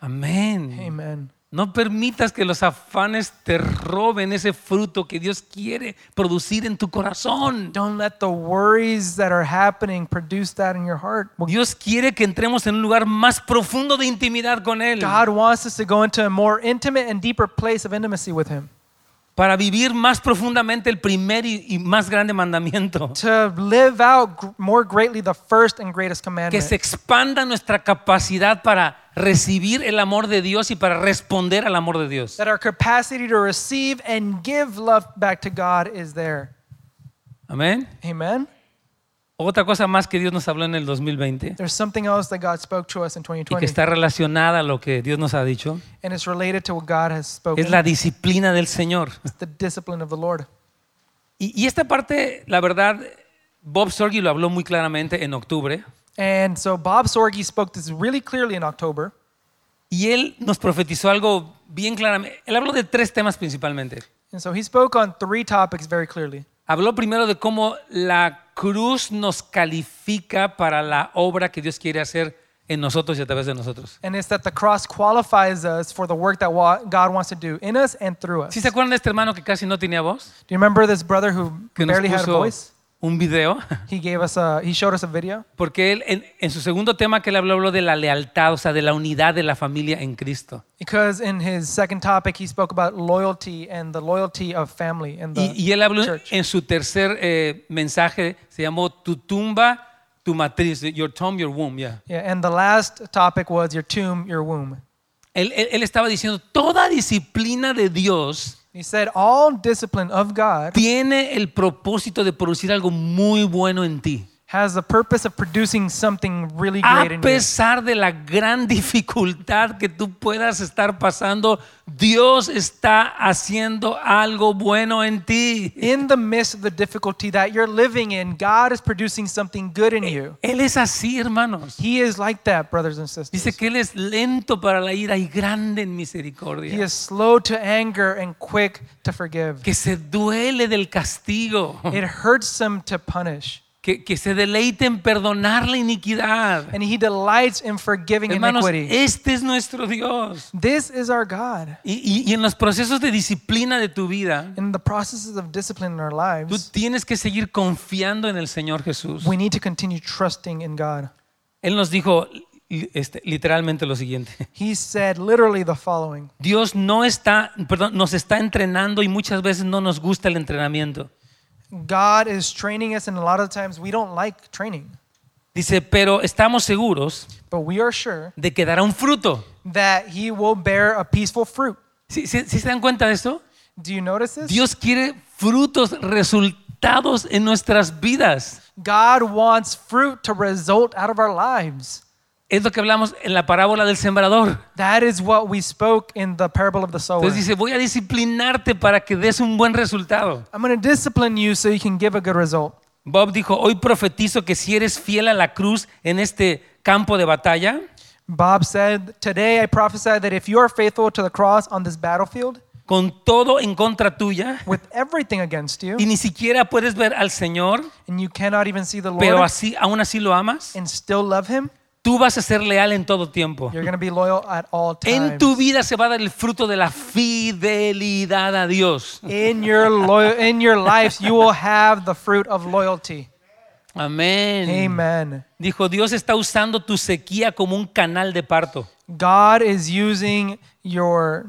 Amén. Amen. No permitas que los afanes te roben ese fruto que Dios quiere producir en tu corazón. Don't let the worries that are happening produce that in your heart. Well, Dios quiere que entremos en un lugar más profundo de intimidad con Él God wants us to go into a more intimate and deeper place of intimacy with Him, para vivir más profundamente el primer y, y más grande mandamiento. to live out gr- more greatly the first and Que greatest se commandment, expanda nuestra capacidad para recibir el amor de Dios y para responder al amor de Dios. that our capacity to receive and give love back to God is there. Amén. Amen. Otra cosa más que Dios nos habló en el 2020 There's something else that God spoke to us in y que 2020, está relacionada a lo que Dios nos ha dicho. and it's related to what God has spoken. es la disciplina del Señor. It's the discipline of the Lord. Y, y esta parte, la verdad, Bob Sorge lo habló muy claramente en octubre And so Bob Sorge spoke this really clearly in October, y él nos profetizó algo bien claramente. Él habló de tres temas principalmente. and so he spoke on three topics very clearly. Habló primero de cómo la cruz nos califica para la obra que Dios quiere hacer en nosotros y a través de nosotros. And it's that the cross qualifies us for the work that wa- God wants to do in us and through us. ¿Sí se acuerdan de este hermano que casi no tenía voz? Do you remember this brother who Que nos barely had a puso voice? un video. *laughs* He gave us a he showed us a video. Porque él, en, en su segundo tema que él habló, habló de la lealtad, o sea, de la unidad de la familia en Cristo. Because in his second topic he spoke about loyalty and the loyalty of family and the Y, y él habló church. en su tercer eh, mensaje, se llamó Tu tumba, tu matriz, Your tomb, your womb. yeah. Yeah, and the last topic was your tomb, your womb. Él, él- él estaba diciendo, toda disciplina de Dios He said all discipline of God tiene el propósito de producir algo muy bueno en ti. has the purpose of producing something really A great in you. pesar de la gran *laughs* dificultad que tú puedas estar pasando, Dios está haciendo algo bueno en ti. In the midst of the difficulty that you're living in, God is producing something good in you. Él es así, hermanos. He is like that, brothers and sisters. Dice que Él es lento para la ira y grande en misericordia. He is slow to anger and quick to forgive. que se duele del castigo. It hurts him to punish. que, que se deleite en perdonar la iniquidad. and he delights in forgiving Hermanos, eh. iniquity. este es nuestro Dios. This is our God. Y, y- y en los procesos de disciplina de tu vida, In the processes of discipline in our tú lives, tienes que seguir confiando en el Señor Jesús. we need to continue trusting in God. Él nos dijo li- este, literalmente lo siguiente. *laughs* He said literally the following Dios no está, perdón, nos está entrenando y muchas veces no nos gusta el entrenamiento. God is training us, and a lot of times we don't like training, Dice, pero estamos seguros but we are sure de que dará un fruto. that He will bear a peaceful fruit. ¿Sí, sí- sí se dan cuenta de esto? Do you notice this? Dios quiere frutos, resultados en nuestras vidas. God wants fruit to result out of our lives. Es lo que hablamos en la parábola del sembrador. That is what we spoke in the parable of the sower. Entonces dice, voy a disciplinarte para que des un buen resultado. I'm going to discipline you so you can give a good result. Bob dijo, hoy profetizo que si eres fiel a la cruz en este campo de batalla, Bob said, Today I prophesy that if you are faithful to the cross on this battlefield, con todo en contra tuya, with everything against you, y ni siquiera puedes ver al Señor, and you cannot even see the pero Lord así aún así lo amas, and still love Him, tú vas a ser leal en todo tiempo. you're going to be loyal at all En times. tu vida se va a dar el fruto de la fidelidad a Dios. In your loyal, in your life, you will have the fruit of loyalty. Amén. Amen. Dijo, Dios está usando tu sequía como un canal de parto. God is using your,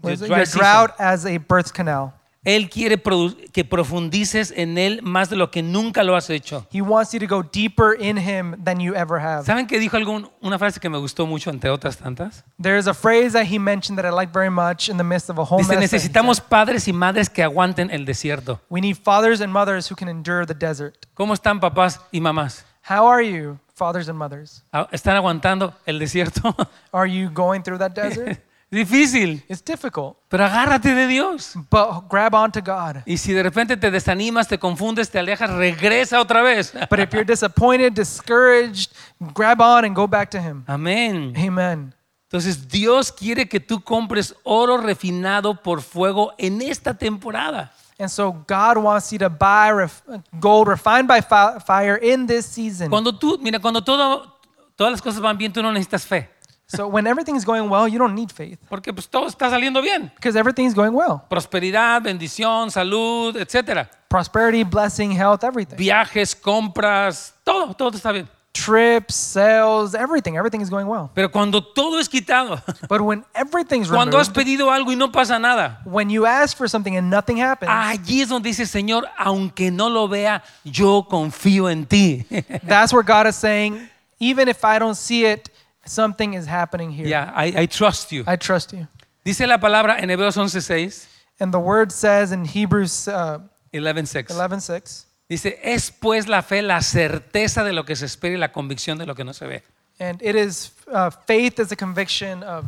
what Your is it? dry your season. drought as a birth canal. Él quiere produ- que profundices en Él más de lo que nunca lo has hecho. He wants you to go deeper in Him than you ever have. ¿Saben que dijo algún, una frase que me gustó mucho, entre otras tantas? There's a phrase that he mentioned that I like very much in the midst of a whole Dice, mess that he said. necesitamos padres y madres que aguanten el desierto. We need fathers and mothers who can endure the desert. ¿Cómo están papás y mamás? How are you, fathers and mothers? Ah, ¿Están aguantando el desierto? *laughs* Are you going through that *laughs* desert? Difícil, it's difficult, pero agárrate de Dios. but grab onto God. Y si de repente te desanimas, te confundes, te alejas, regresa otra vez. *laughs* But if you're disappointed, discouraged, grab on and go back to Him. Amén. Amen. Entonces Dios quiere que tú compres oro refinado por fuego en esta temporada. And so God wants you to buy ref- gold refined by fi- fire in this season. Cuando tú, mira, cuando todo, todas las cosas van bien, tú no necesitas fe. So when everything's going well, you don't need faith Porque pues todo está saliendo bien. because everything's going well. Prosperidad, bendición, salud, etcétera. Prosperity, blessing, health, everything. Viajes, compras, todo, todo está bien. trips, sales, everything. Everything is going well. Pero cuando todo es quitado, But when everything's Cuando has removed, pedido algo y no pasa nada, when you ask for something and nothing happens, allí es donde dice, Señor, aunque no lo vea, yo confío en ti. *laughs* that's where God is saying, even if I don't see it, something is happening here. Yeah, I, I trust you. I trust you. Dice la palabra en Hebreos 11:6, And the word says in Hebrews uh, 11:6. 11:6, Dice, es pues la fe la certeza de lo que se espera y la convicción de lo que no se ve. and it is uh, faith is a conviction of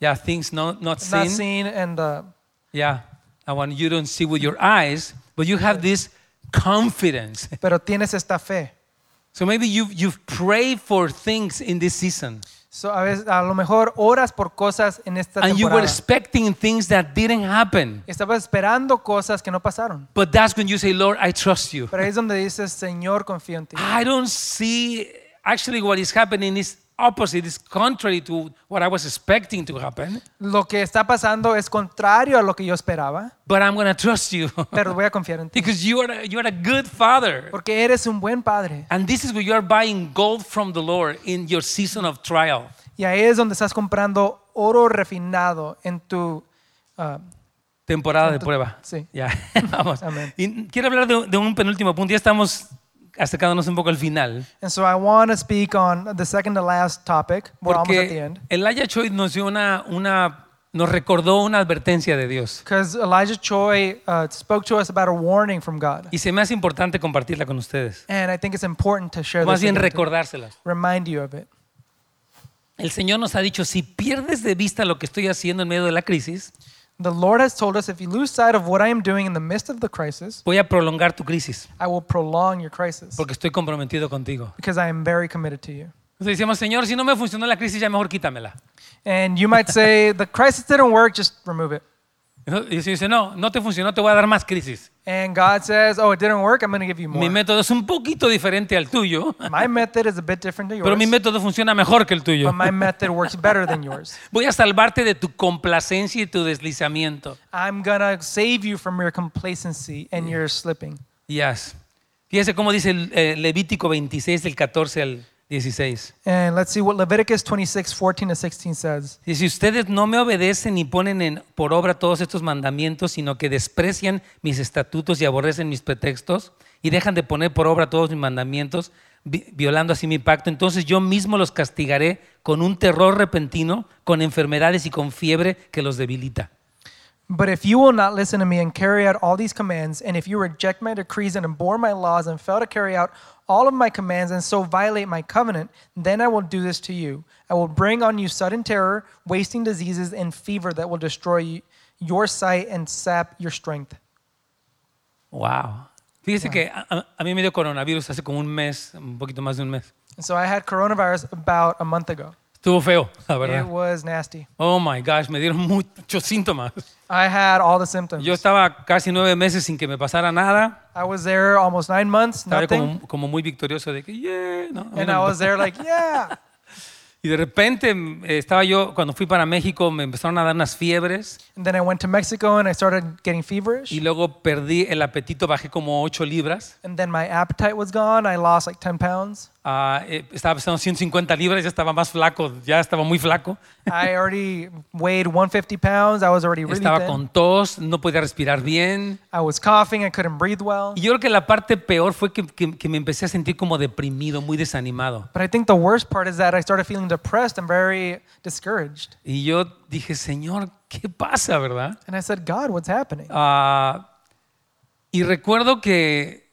Yeah, things no, not not seen. seen and uh, Yeah, I want you don't see with your eyes, but you have this confidence. pero tienes esta fe. So maybe you've, you've prayed for things in this season. So a, veces, a lo mejor oras por cosas en esta And you were temporada. expecting things that didn't happen. Estabas esperando cosas que no pasaron. But that's when you say, Lord, I trust you. Pero ahí es donde dices, Señor, confío en ti. I don't see actually what is happening is opposite, is contrary to what I was expecting to happen. Lo que está pasando es contrario a lo que yo esperaba, But I'm gonna trust you. pero voy a confiar en *laughs* ti. because you are a, you are a good father. Porque eres un buen padre. And this is where you are buying gold from the Lord in your season of trial. Y ahí es donde estás comprando oro refinado en tu... ah, Temporada de prueba. Sí. Ya, *laughs* vamos. Amén. Y quiero hablar de, de un penúltimo punto. Ya estamos acercándonos un poco al final. and so I want to speak on the second to last topic. We're almost at the Porque end. Elijah Choi nos dio una, una, nos recordó una advertencia de Dios. Because Elijah Choi uh, spoke to us about a warning from God. Y se me hace importante compartirla con ustedes. And I think it's important to share O Más this. bien with you, to recordársela. Remind you of it. El Señor nos ha dicho, si pierdes de vista lo que estoy haciendo en medio de la crisis, The Lord has told us, if you lose sight of what I am doing in the midst of the crisis, voy a prolongar tu crisis, I will prolong your crisis. porque estoy comprometido contigo. Because I am very committed to you. Entonces decimos, Señor, si no me funcionó la crisis, ya mejor quítamela. And you *laughs* might say, the crisis didn't work, just remove it. Y el Señor dice, no, no te funcionó, te voy a dar más crisis. And God says, Oh, it didn't work. I'm going to give you Mi more. método es un poquito diferente al tuyo, My method is a bit different than pero mi yours, método funciona mejor que el but tuyo. my method works better than yours. *laughs* Voy a salvarte de tu complacencia y tu deslizamiento. I'm going to save you from your complacency and your slipping. Yes. Fíjese cómo dice eh, Levítico 26, del 14 al 16. And let's see what Leviticus 26, 14 to 16 says. Y si ustedes no me obedecen y ponen en- por obra todos estos mandamientos, sino que desprecian mis estatutos y aborrecen mis pretextos y dejan de poner por obra todos mis mandamientos, vi- violando así mi pacto, entonces yo mismo los castigaré con un terror repentino, con enfermedades y con fiebre que los debilita. But if you will not listen to me and carry out all these commands, and if you reject my decrees and abhor my laws and fail to carry out all of my commands and so violate my covenant, then I will do this to you. I will bring on you sudden terror, wasting diseases, and fever that will destroy you, your sight and sap your strength. Wow. Fíjese que a- a- a mí me dio coronavirus hace como un mes, un poquito más de un mes. And so I had coronavirus about a month ago. Estuvo feo, la It verdad. was nasty. Oh my gosh, me dieron *laughs* muchos síntomas. I had all the symptoms. Yo estaba casi nueve meses sin que me pasara nada. I was there almost nine months, Estaba nothing. como, como muy victorioso de que, yeah, no, a mí And no I me was *laughs* there like, yeah. pasó. Y de repente mm, eh, estaba yo, cuando fui para México, me empezaron a dar unas fiebres And then I went to Mexico and I started getting feverish. y luego perdí el apetito, bajé como ocho libras. And then my appetite was gone. I lost like 10 pounds. Ah, eh, estaba pesando 150 libras, ya estaba más flaco, ya estaba muy flaco. *laughs* I already weighed 150 pounds. I was already really Estaba thin. con tos, no podía respirar bien. I was coughing. I couldn't breathe well. Y yo creo que la parte peor fue que, que- que me empecé a sentir como deprimido, muy desanimado. But I think the worst part is that I started feeling depressed and very discouraged. Y yo dije, Señor, ¿qué pasa, verdad? And I said, God, what's happening? Ah, y recuerdo que,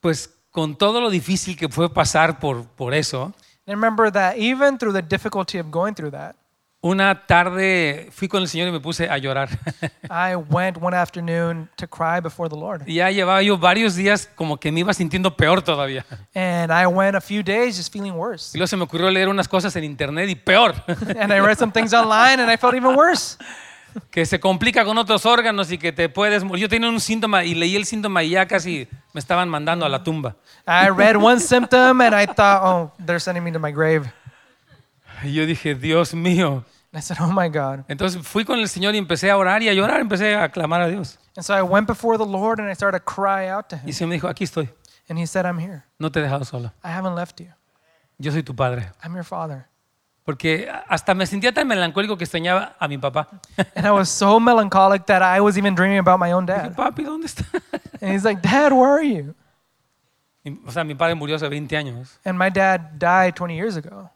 pues, con todo lo difícil que fue pasar por, por eso, And remember that even through the difficulty of going through *laughs* that, una tarde fui con el Señor y me puse a llorar. *laughs* I went one afternoon to cry before the Lord. Y ya llevaba yo varios días como que me iba sintiendo peor todavía. And I went a few days just feeling worse. Y luego se me ocurrió leer unas cosas en internet y peor, *laughs* And I read some things online and I felt even worse. que se complica con otros órganos y que te puedes morir. Yo tenía un síntoma y leí el síntoma y ya casi me estaban mandando a la tumba. I read one symptom and I thought, oh, they're sending me to my grave. Y yo dije, Dios mío. And I said, oh my God. Entonces fui con el Señor y empecé a orar y a llorar, empecé a clamar a Dios. And so I went before the Lord and I started to cry out to Y el him. Señor me dijo, aquí estoy, And he said, I'm here. no te he dejado solo, I haven't left you. yo soy tu padre. I'm your father. Porque hasta me sentía tan melancólico que extrañaba a mi papá. *laughs* And I was so melancholic that I was even dreaming about my own Dije, dad. papi, ¿dónde está? And he's like, Dad, where are you? Y, O sea, mi padre murió hace 20 años. And my dad died 20 years ago.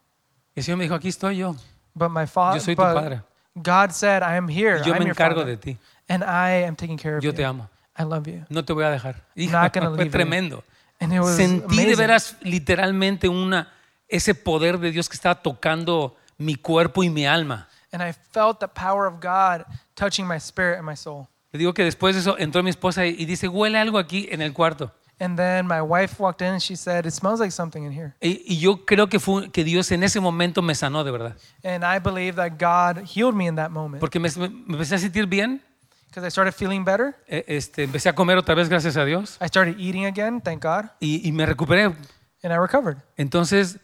Y el Señor me dijo, aquí estoy yo, But my yo soy father, tu padre, God said, I am here. yo I'm me your encargo de father. ti, And I am taking care of yo te you. amo, I love you. no te voy a dejar. Y Not gonna leave fue you. tremendo. And it was Sentí de amazing. veras literalmente una, ese poder de Dios que estaba tocando mi cuerpo y mi alma. And I felt the power of God touching my spirit and my soul. Le digo que después de eso entró mi esposa y- y dice, huele algo aquí en el cuarto. And then my wife walked in and she said, It smells like something in here. Y, y yo creo que, fue, que Dios en ese momento me sanó de verdad. And I believe that God healed me in that moment Porque me, me empecé a sentir bien, because I started feeling better. eh, este, empecé a comer otra vez, gracias a Dios, I started eating again, thank God, y, y me recuperé. and I recovered. Entonces,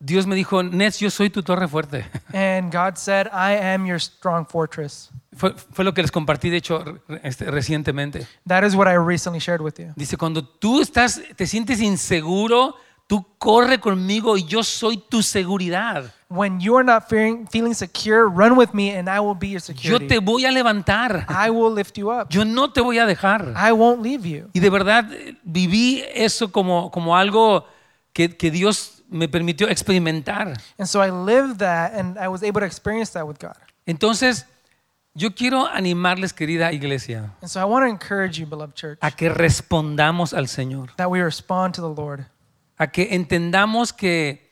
Dios me dijo, Nets, yo soy tu torre fuerte. *laughs* And God said, I am your strong fortress. Fue, fue lo que les compartí, de hecho, re- este, recientemente. That is what I recently shared with you. Dice, cuando tú estás, te sientes inseguro, tú corre conmigo y yo soy tu seguridad. When you are not fearing, feeling secure, run with me and I will be your Yo te security. voy a levantar. I will lift you up. Yo no te voy a dejar. I won't leave you. Y de verdad eh, viví eso como, como algo que, que Dios me permitió experimentar. And so I lived that and I was able to experience that with God. Entonces, yo quiero animarles, querida iglesia, And so I want to encourage you, beloved church, a que respondamos al Señor, that we respond to the Lord, a que entendamos que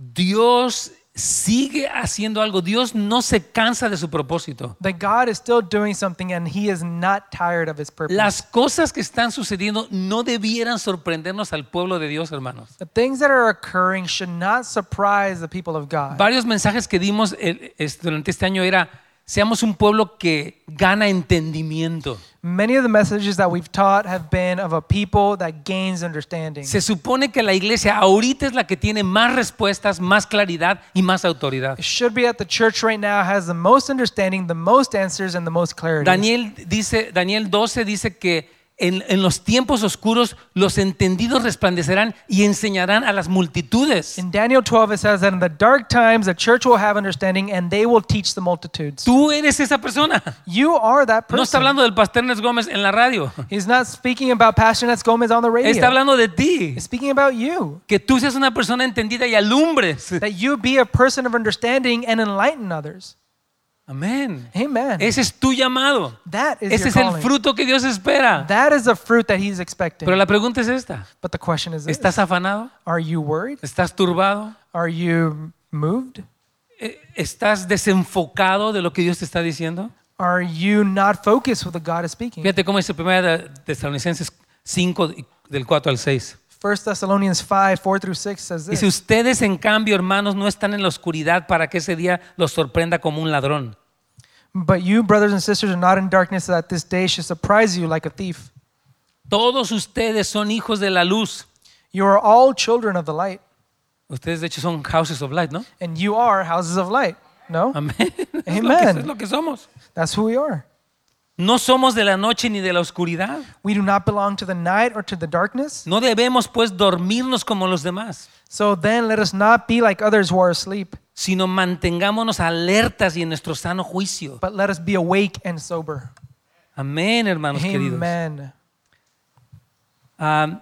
Dios sigue haciendo algo, Dios no se cansa de su propósito. that God is still doing something and He is not tired of His purpose. Las cosas que están sucediendo no debieran sorprendernos al pueblo de Dios, hermanos. The things that are occurring should not surprise the people of God. Varios mensajes que dimos el- este, eh, durante este año era Seamos un pueblo que gana entendimiento. Many of the messages that we've taught have been of a people that gains understanding. Se supone que la iglesia ahorita es la que tiene más respuestas, más claridad y más autoridad. It should be at the church right now has the most understanding, the most answers, and the most clarity. Daniel dice, Daniel 12 dice que en, en los tiempos oscuros los entendidos resplandecerán y enseñarán a las multitudes. In Daniel 12, it says that in the dark times the church will have understanding and they will teach the multitudes. Tú eres esa persona. You are that No está person. hablando del pastor Ernest Gómez en la radio. He's not speaking about Pastor Nets Gomez on the radio. Está hablando de ti. He's speaking about you. Que tú seas una persona entendida y alumbres. That you be a person of understanding and enlighten others. Amén. Amen. Ese es tu llamado. that is Ese your es el calling. fruto que Dios espera. That is the fruit that he's expecting. Pero la pregunta es esta. but the question is this. ¿Estás afanado? Are you worried? ¿Estás turbado? Are you moved? Eh, ¿Estás desenfocado de lo que Dios te está diciendo? Are you not focused with what God is speaking? Fíjate cómo dice 1 Tesalonicenses 5 y- del 4 al 6. 1 Thessalonians 5, 4 through 6 says this. Dice, ustedes en cambio, hermanos, no están en la oscuridad para que ese día los sorprenda como un ladrón. But you, brothers and sisters, are not in darkness so that this day should surprise you like a thief. Todos ustedes son hijos de la luz. You are all children of the light, Ustedes de hecho son houses of light, ¿no? and you are houses of light. No? Amén. *laughs* Es lo que- Amen. es lo que somos. That's who we are. No somos de la noche ni de la oscuridad. We do not belong to the night or to the darkness. No debemos pues dormirnos como los demás, So then let us not be like others who are asleep, sino mantengámonos alertas y en nuestro sano juicio. but let us be awake and sober. Amén, hermanos queridos. Amen. Ah,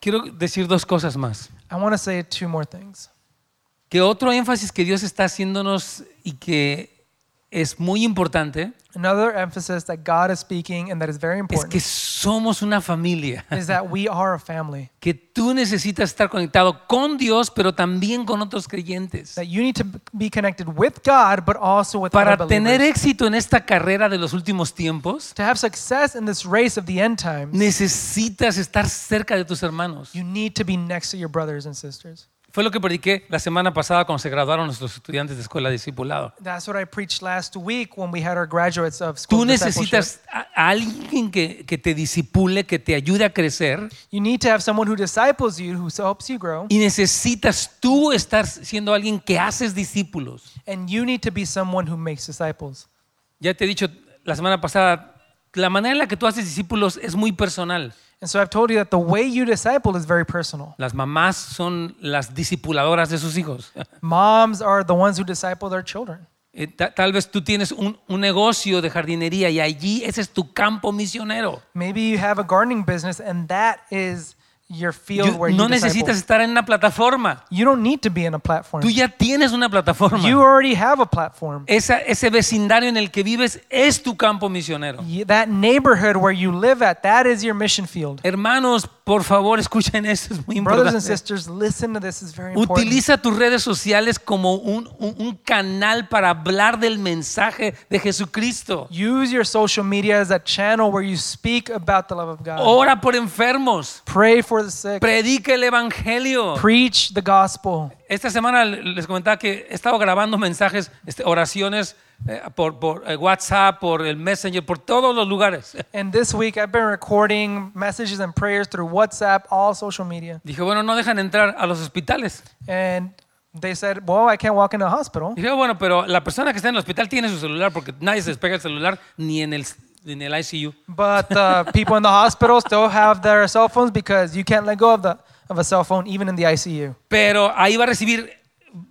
quiero decir dos cosas más. I want to say two more things. Que otro énfasis que Dios está haciéndonos y que es muy importante Another emphasis that God is speaking and that is very es important que somos una familia. *laughs* is that we are a family. Que tú necesitas estar conectado con Dios, pero también con otros creyentes. That you need to be connected with God, but also with other Para tener e-, believers. éxito en esta carrera de los últimos tiempos, To have success in this race of the end times, necesitas estar cerca de tus hermanos. you need to be next to your brothers and sisters. Fue lo que prediqué la semana pasada cuando se graduaron nuestros estudiantes de escuela de discipulado. That's what I preached last week when we had our graduates of school. Tú discipleship. necesitas a a alguien que, que te disipule, que te ayude a crecer You need to have someone who disciples you, who helps you grow, y necesitas tú estar siendo alguien que haces discípulos. and you need to be someone who makes disciples. Ya te he dicho la semana pasada, la manera en la que tú haces discípulos es muy personal. And so I've told you that the way you disciple is very personal. Las mamás son las discipuladoras de sus hijos. *laughs* Moms are the ones who disciple their children. Eh, ta- Tal vez tú tienes un, un negocio de jardinería y allí ese es tu campo misionero. Maybe you have a gardening business, and that is your field Yo- where no you disciple. necesitas estar en una plataforma. You don't need to be in a platform. Tú ya tienes una plataforma. You already have a platform. Esa- ese vecindario en el que vives es tu campo misionero. You- that neighborhood where you live at, that is your mission field. Hermanos, por favor, escuchen esto, es muy Brothers and importante. sisters, listen to this. is very important. Utiliza tus redes sociales como un, un- un canal para hablar del mensaje de Jesucristo. Use your social media as a channel where you speak about the love of God. Ora por enfermos. Oh. Pray for the sick. Predica el Evangelio. Preach the gospel. Esta semana les comentaba que he estado grabando mensajes, este, oraciones eh, por, por, eh, WhatsApp, por el Messenger, por todos los lugares. And this week, I've been recording messages and prayers through WhatsApp, all social media. Dije, bueno, no dejan entrar a los hospitales. And they said, Well, I can't walk into a hospital. Dije, bueno, pero la persona que está en el hospital tiene su celular porque nadie se despega el celular ni en el, ni en el ICU. But uh, people in the hospital still have their cell phones because you can't let go of, the, of a cell phone, even in the ICU. Pero ahí va a recibir,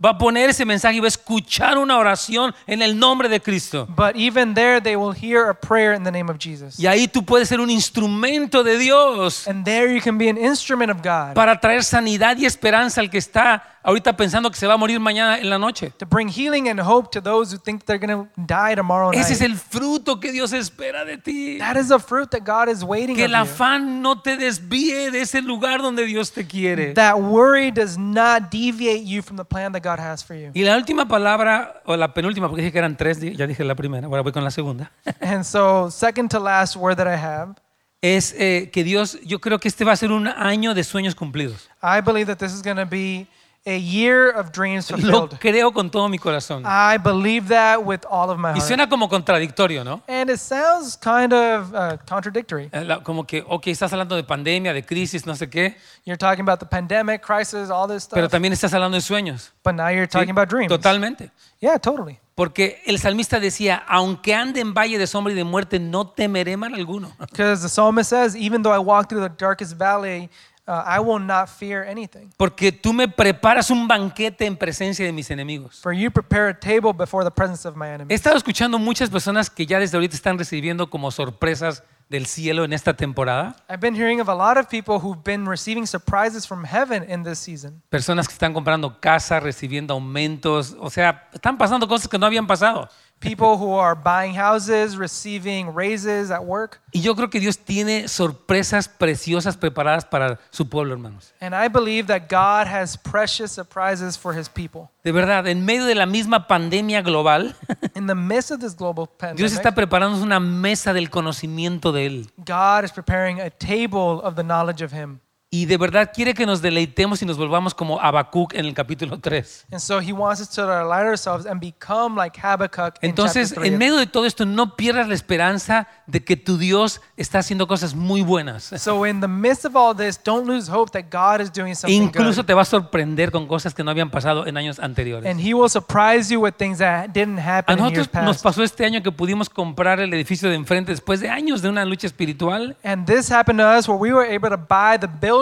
va a poner ese mensaje y va a escuchar una oración en el nombre de Cristo. But even there, they will hear a prayer in the name of Jesus. Y ahí tú puedes ser un instrumento de Dios And there you can be an instrument of God para traer sanidad y esperanza al que está ahorita pensando que se va a morir mañana en la noche. to bring healing and hope to those who think they're going to die tomorrow night. Ese es el fruto que Dios espera de ti. That is the fruit that God is waiting Que el of afán no te desvíe de ese lugar donde Dios te quiere. you. That worry does not deviate you from the plan that God has for you. Y la última palabra, o la penúltima, porque dije que eran tres, ya dije la primera, ahora voy con la segunda, *laughs* And so, second to last word that I have, es eh, que Dios, yo creo que este va a ser un año de sueños cumplidos. I believe that this is going to be a year of dreams Lo fulfilled. creo con todo mi corazón. I believe that with all of Y my heart. suena como contradictorio, ¿no? And it sounds kind of uh, contradictory. Eh, la- Como que, ok, estás hablando de pandemia, de crisis, no sé qué, You're talking about the pandemic, crisis, all this pero stuff. también estás hablando de sueños. But now you're ¿sí? talking about dreams. Totalmente. Yeah, totally. Porque el salmista decía, aunque ande en valle de sombra y de muerte, no temeré mal alguno. *laughs* Because the psalmist says, even though I walk through the darkest valley, uh, I will not fear anything. Porque tú me preparas un banquete en presencia de mis enemigos. For you prepare a table before the presence of my He enemies. estado escuchando muchas personas que ya desde ahorita están recibiendo como sorpresas del cielo en esta temporada. I've been hearing of a lot of people who've been receiving surprises from heaven in this season. Personas que están comprando casa, recibiendo aumentos. O sea, están pasando cosas que no habían pasado. People who are buying houses, receiving raises at work. Y yo creo que Dios tiene sorpresas preciosas preparadas para su pueblo, hermanos. And I believe that God has precious surprises for his people. De verdad, en medio de la misma pandemia global, *laughs* In the midst of this global Dios está pandemic, preparando una mesa del conocimiento de Él. God is preparing a table of the knowledge of him. Y de verdad quiere que nos deleitemos y nos volvamos como Habacuc en el capítulo 3. And so he wants us to delight ourselves and become like Habakkuk in chapter Entonces, three en of medio de todo esto, no pierdas la esperanza de que tu Dios está haciendo cosas muy buenas. So in the midst of all this, don't lose hope that God is doing something Incluso good. te va a sorprender con cosas que no habían pasado en años anteriores. And he will surprise you with things that didn't A happen in years nosotros nos past. pasó este año que pudimos comprar el edificio de enfrente después de años de una lucha espiritual. And this happened to us where we were able to buy the building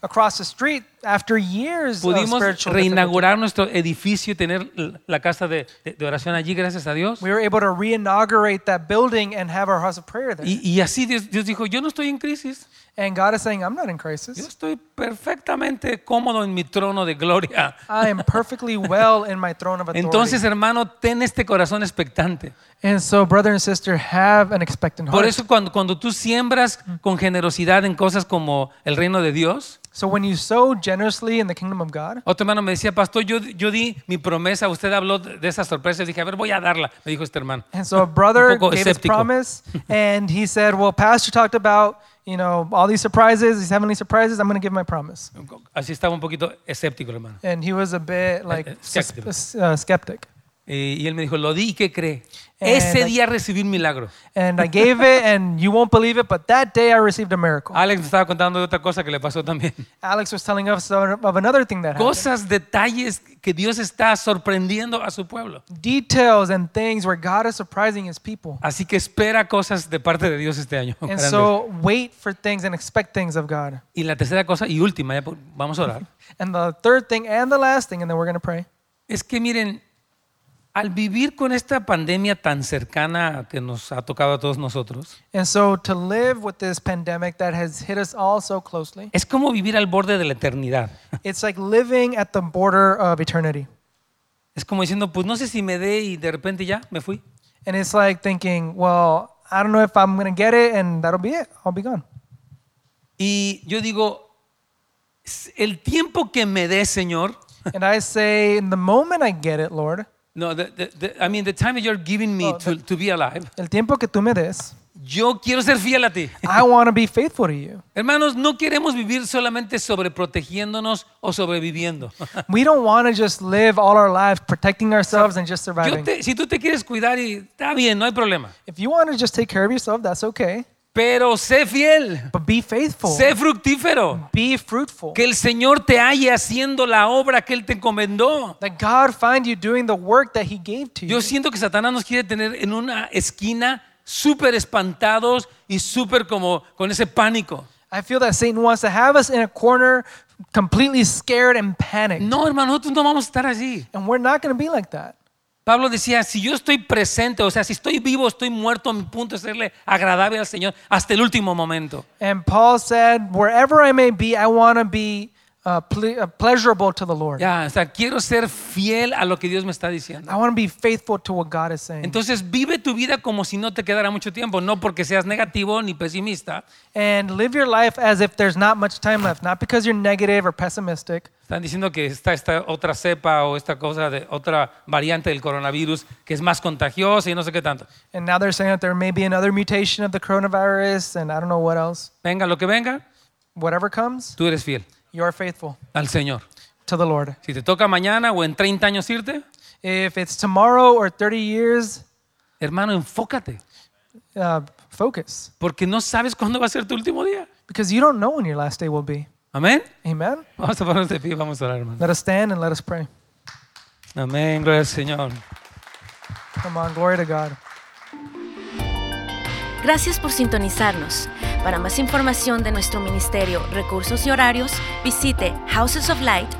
across the street after years of Pudimos spiritual difficulty. reinaugurar nuestro edificio y tener l- la casa de, de- de oración allí, gracias a Dios. We were able to reinaugurate that building and have our house of prayer there. Y, y así Dios, Dios dijo, yo no estoy en crisis, And God is saying, I'm not yo in crisis. estoy perfectamente cómodo en mi trono de gloria. I am *laughs* perfectly well in my throne of authority. Entonces, hermano, ten este corazón expectante. and so, brother and sister, have an expectant Por heart. eso cuando, cuando tú siembras Mm. con generosidad en cosas como el reino de Dios, so when you sow generously in the kingdom of God, otro hermano me decía, pastor, yo, yo di mi promesa, usted habló de de esa sorpresa, dije, a ver, voy a darla, me dijo este hermano. And so *laughs* a Un brother poco gave his escéptico. *laughs* promise, and he said, "Well, pastor talked about you know all these surprises, these heavenly surprises. I'm going to give my promise." Así estaba un poquito escéptico, hermano. And he was a bit like eh, sus- skeptic. s- uh, skeptic. Y, y él me dijo, lo di, ¿y ¿qué cree? Eh, Ese no- día recibí un milagro. And I gave it, and you won't believe it, but that day I received a miracle. Alex me estaba contando de otra cosa que le pasó también. Alex was telling us of of another thing that happened. Cosas, detalles que Dios está sorprendiendo a su pueblo. Details and things where God is surprising His people. Así que espera cosas de parte de Dios este año. And grandes. so wait for things and expect things of God. Y la tercera cosa y última, ya por- vamos a orar, And the third thing and the last thing, and then we're going to pray. es que miren, al vivir con esta pandemia tan cercana que nos ha tocado a todos nosotros, And so to live with this pandemic that has hit us all so *laughs* closely. es como vivir al borde de la eternidad. It's like living at the border of eternity. Es como diciendo, pues no sé si me dé y de repente ya me fui. And it's like thinking, well, I don't know if I'm going to get it, and that'll be it. I'll be gone. Y yo digo, "S- el tiempo que me dé, Señor, and I say, in the moment I get it, Lord, no, the- the- the- I mean, the time that you're giving me Oh, to, to be alive, el tiempo que tú me des, yo quiero ser fiel a ti. I want to be faithful to you. Hermanos, no queremos vivir solamente sobreprotegiéndonos o sobreviviendo. We don't want to just live all our lives protecting ourselves and just Yo surviving. te- si tú te quieres cuidar y está bien, no hay problema. If you want to just take care of yourself, that's okay. Pero sé fiel, But be faithful. sé fructífero. Be fruitful. Que el Señor te halle haciendo la obra que Él te encomendó. That God find you doing the work that He gave to you. Yo siento que Satanás nos quiere tener en una esquina súper espantados y súper como con ese pánico. I feel that Satan wants to have us in a corner, completely scared and panicked. No, hermano, nosotros no vamos a estar así. And we're not going to be like that. Pablo decía, si yo estoy presente, o sea, si estoy vivo, estoy muerto, mi punto es serle agradable al Señor hasta el último momento. And Paul said, wherever I may be, I want to be uh, ple- uh, pleasurable to the Lord. Ya, o sea, quiero ser fiel a lo que Dios me está diciendo. I want to be faithful to what God is saying. Entonces vive tu vida como si no te quedara mucho tiempo, no porque seas negativo ni pesimista. and live your life as if there's not much time left, not because you're negative or pessimistic. Están diciendo que está esta otra cepa o esta cosa de otra variante del coronavirus que es más contagiosa y no sé qué tanto. And now they're saying that there may be another mutation of the coronavirus and I don't know what else. Venga lo que venga, Whatever comes, tú eres fiel you're faithful al Señor. to the Lord. Si te toca mañana o en 30 años irte, If it's tomorrow or 30 years, hermano, enfócate, uh, focus porque no sabes cuándo va a ser tu último día. because you don't know when your last day will be. Amén. Amen. Vamos a ponernos de pie, vamos a orar, hermano. Let us stand and let us pray. Amén, gloria al Señor. Come on, glory to God. Gracias por sintonizarnos. Para más información de nuestro ministerio, recursos y horarios, visite housesoflight.org.